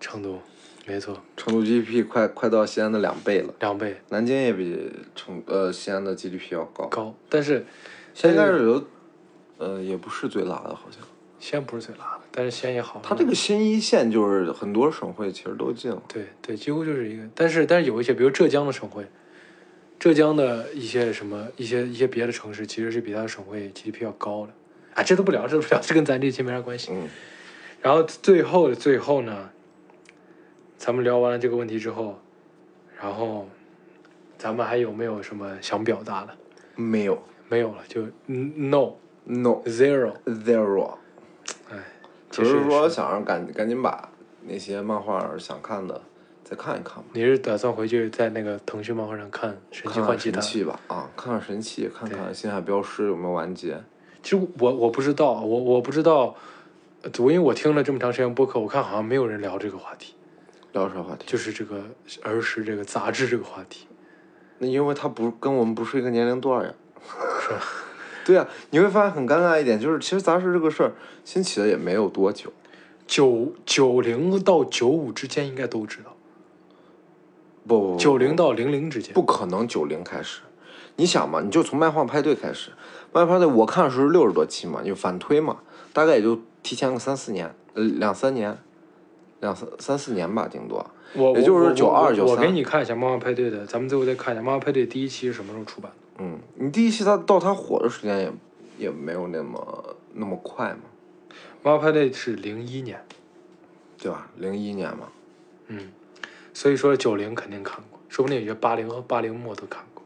[SPEAKER 1] 成都，没错，
[SPEAKER 3] 成都 GDP 快快到西安的两倍了，
[SPEAKER 1] 两倍
[SPEAKER 3] 南京也比成呃西安的 GDP 要高。
[SPEAKER 1] 高，但是
[SPEAKER 3] 现在应该是有，呃，也不是最辣的，好像。
[SPEAKER 1] 西安不是最辣的，但是西安也好。
[SPEAKER 3] 它这个新一线就是很多省会其实都进了，
[SPEAKER 1] 对对，几乎就是一个，但是但是有一些，比如浙江的省会，浙江的一些什么一些一些别的城市，其实是比它的省会 GDP 要高的。啊，这都不聊，这都不聊，这跟咱这期没啥关系。
[SPEAKER 3] 嗯，
[SPEAKER 1] 然后最后的最后呢，咱们聊完了这个问题之后，然后咱们还有没有什么想表达的？
[SPEAKER 3] 没有
[SPEAKER 1] 没有了，就嗯 no
[SPEAKER 3] ，no
[SPEAKER 1] zero。
[SPEAKER 3] zero。
[SPEAKER 1] 哎，
[SPEAKER 3] 只是说想让赶赶紧把那些漫画想看的再看一看吧，
[SPEAKER 1] 你是打算回去在那个腾讯漫画上看《神奇
[SPEAKER 3] 看
[SPEAKER 1] 换
[SPEAKER 3] 看
[SPEAKER 1] 奇
[SPEAKER 3] 神
[SPEAKER 1] 谭》？
[SPEAKER 3] 器吧，啊，看看神器，看看
[SPEAKER 1] 对
[SPEAKER 3] 《星海镖师》有没有完结。
[SPEAKER 1] 其实我我不知道，我我不知道，呃因为我听了这么长时间播客，我看好像没有人聊这个话题，
[SPEAKER 3] 聊啥话题？
[SPEAKER 1] 就是这个儿时这个杂志这个话题。
[SPEAKER 3] 那因为它不跟我们不是一个年龄段儿呀。 对呀、你会发现很尴尬一点，就是其实杂志这个事儿兴起的也没有多久，
[SPEAKER 1] 九九零到九五之间应该都知道，
[SPEAKER 3] 不不不，
[SPEAKER 1] 九零到零零之间
[SPEAKER 3] 哦不可能九零开始。你想嘛，你就从漫画派对开始，漫画派对我看的时候六十多期嘛，你就反推嘛，大概也就提前个三四年，呃，两三年，两三三四年吧，顶多。
[SPEAKER 1] 我
[SPEAKER 3] 也就是
[SPEAKER 1] 我我
[SPEAKER 3] 92
[SPEAKER 1] 我我给
[SPEAKER 3] 93
[SPEAKER 1] 你看一下《漫画派对》的，咱们最后再看一下《漫画派对》第一期是什么时候出版的。
[SPEAKER 3] 嗯，你第一期它到它火的时间也也没有那么那么快嘛，
[SPEAKER 1] 《漫画派对》是零一年，
[SPEAKER 3] 对吧？零一年嘛，
[SPEAKER 1] 嗯，所以说九零肯定看过，说不定有些八零和八零末都看过，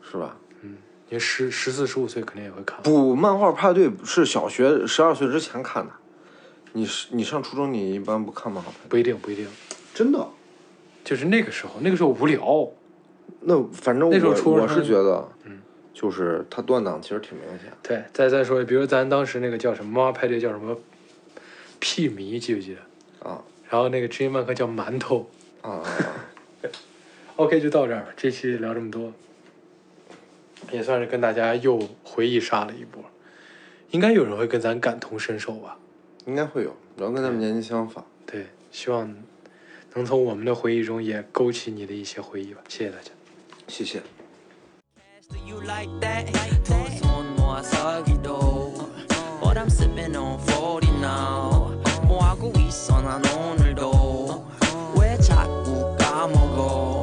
[SPEAKER 3] 是吧？
[SPEAKER 1] 嗯，因为十十四十五岁肯定也会看。
[SPEAKER 3] 不，漫画派对是小学十二岁之前看的，你是你上初中你一般不看漫画派对，
[SPEAKER 1] 不一定，不一定，
[SPEAKER 3] 真的。
[SPEAKER 1] 就是那个时候，那个时候无聊，
[SPEAKER 3] 那反正我
[SPEAKER 1] 那时候初中
[SPEAKER 3] 我是
[SPEAKER 1] 生
[SPEAKER 3] 觉得，
[SPEAKER 1] 嗯，
[SPEAKER 3] 就是它断档其实挺明显。
[SPEAKER 1] 对。再再说，比如咱当时那个叫什么妈妈派对叫什么屁迷，记不记得？
[SPEAKER 3] 啊
[SPEAKER 1] 然后那个知音漫客叫馒头。
[SPEAKER 3] 啊啊！啊
[SPEAKER 1] OK，就到这儿吧，这期聊这么多，也算是跟大家又回忆杀了一波。应该有人会跟咱感同身受吧？
[SPEAKER 3] 应该会有，然后跟他们年纪相仿。
[SPEAKER 1] 对，希望能从我们的回忆中也勾起你的一些回忆吧。谢谢大家。
[SPEAKER 3] 谢谢。
[SPEAKER 2] Do you like that? Toes on wasagi도. But I'm sipping on 40 now. 뭐 하고 있어 난 오늘도. 왜 자꾸 까먹어?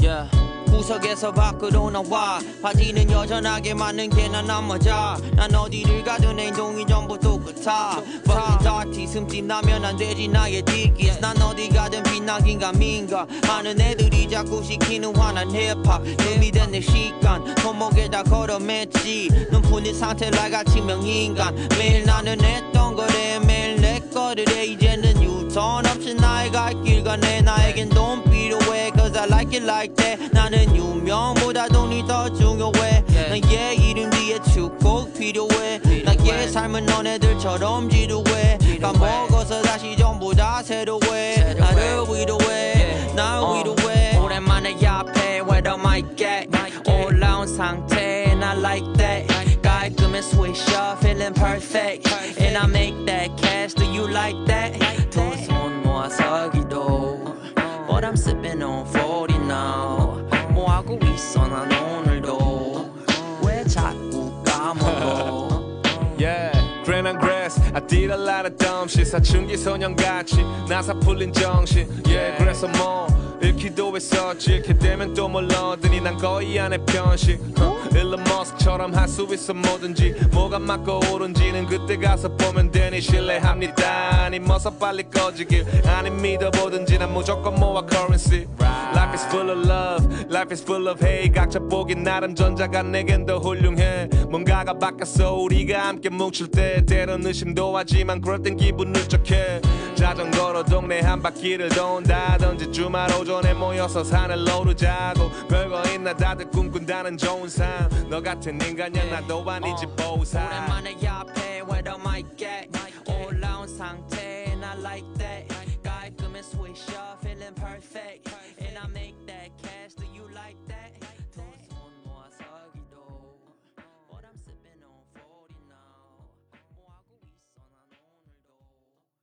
[SPEAKER 2] Yeah. 구석에서 밖으로 나와 바지는 여전하게 맞는 게난 남자 난 어디를 가든 행동이 전부 똑같아 Fucking dirty 숨집 나면 안 되지 나의 디기스 난 어디 가든 빛나긴가 민가 많은 애들이 자꾸 시키는 화난 힙합 눈이 된내 시간 손목에다 걸어 맸지 눈 푸는 상태 나같이 명인간 매일 나는 했던 거래 매일 내 거를 해 이제는 유턴 없이 나의 갈길 가네 나에겐 돈 필요해 cause I like it like that 나는 유명보다 돈이 더 중요해 나의 이름 뒤에 축복 네. 필요해 나의 삶은 너네들처럼 지루해 까먹어서 다시 전부 다 새로해 나를 위로해 날 위로해 오랜만에 옆에 where the mic at 올라온 상태 and I like that 깔끔해 switch up feeling perfect and I make that cash do you like that 두손 모아서 기도 But I'm sipping on 40 now 뭐하고 있어 난 오늘도 왜 자꾸 까먹어
[SPEAKER 4] Yeah, green on grass. I did a lot of dumb shit. 사춘기 소년같이 나사 풀린 정신. Yeah, 그래서 뭐 읽기도 했었지. 이렇게 되면 또 몰라더니 난 거의 안에 편식. Huh, 일론 머스크처럼 할 수 있어 뭐든지 뭐가 맞고 옳은지는 그때 가서 보면 되니 신뢰합니다 아니 뭐서 빨리 꺼지길 아니 믿어보든지 난 무조건 모아 currency Life is full of love Life is full of hate 각자 보기 나름 전자가 내겐 더 훌륭해 뭔가가 바뀌었어 우리가 함께 뭉칠 때 때론 의심도 하지만 그럴 땐 기분 울적해 자전거로 동네 한 바퀴를 돈다든지 주말 오전에 모여서 산을 오르자고 별거 있나 다들 꿈꾼다는 좋은 삶너 같은 인간이야 나도
[SPEAKER 2] Oh.
[SPEAKER 4] 아니지 보상
[SPEAKER 2] 네. 어, 오랜만에 옆에 where the mic at 올라온 상태 and I like that 깔끔해 swisher feeling perfect and I make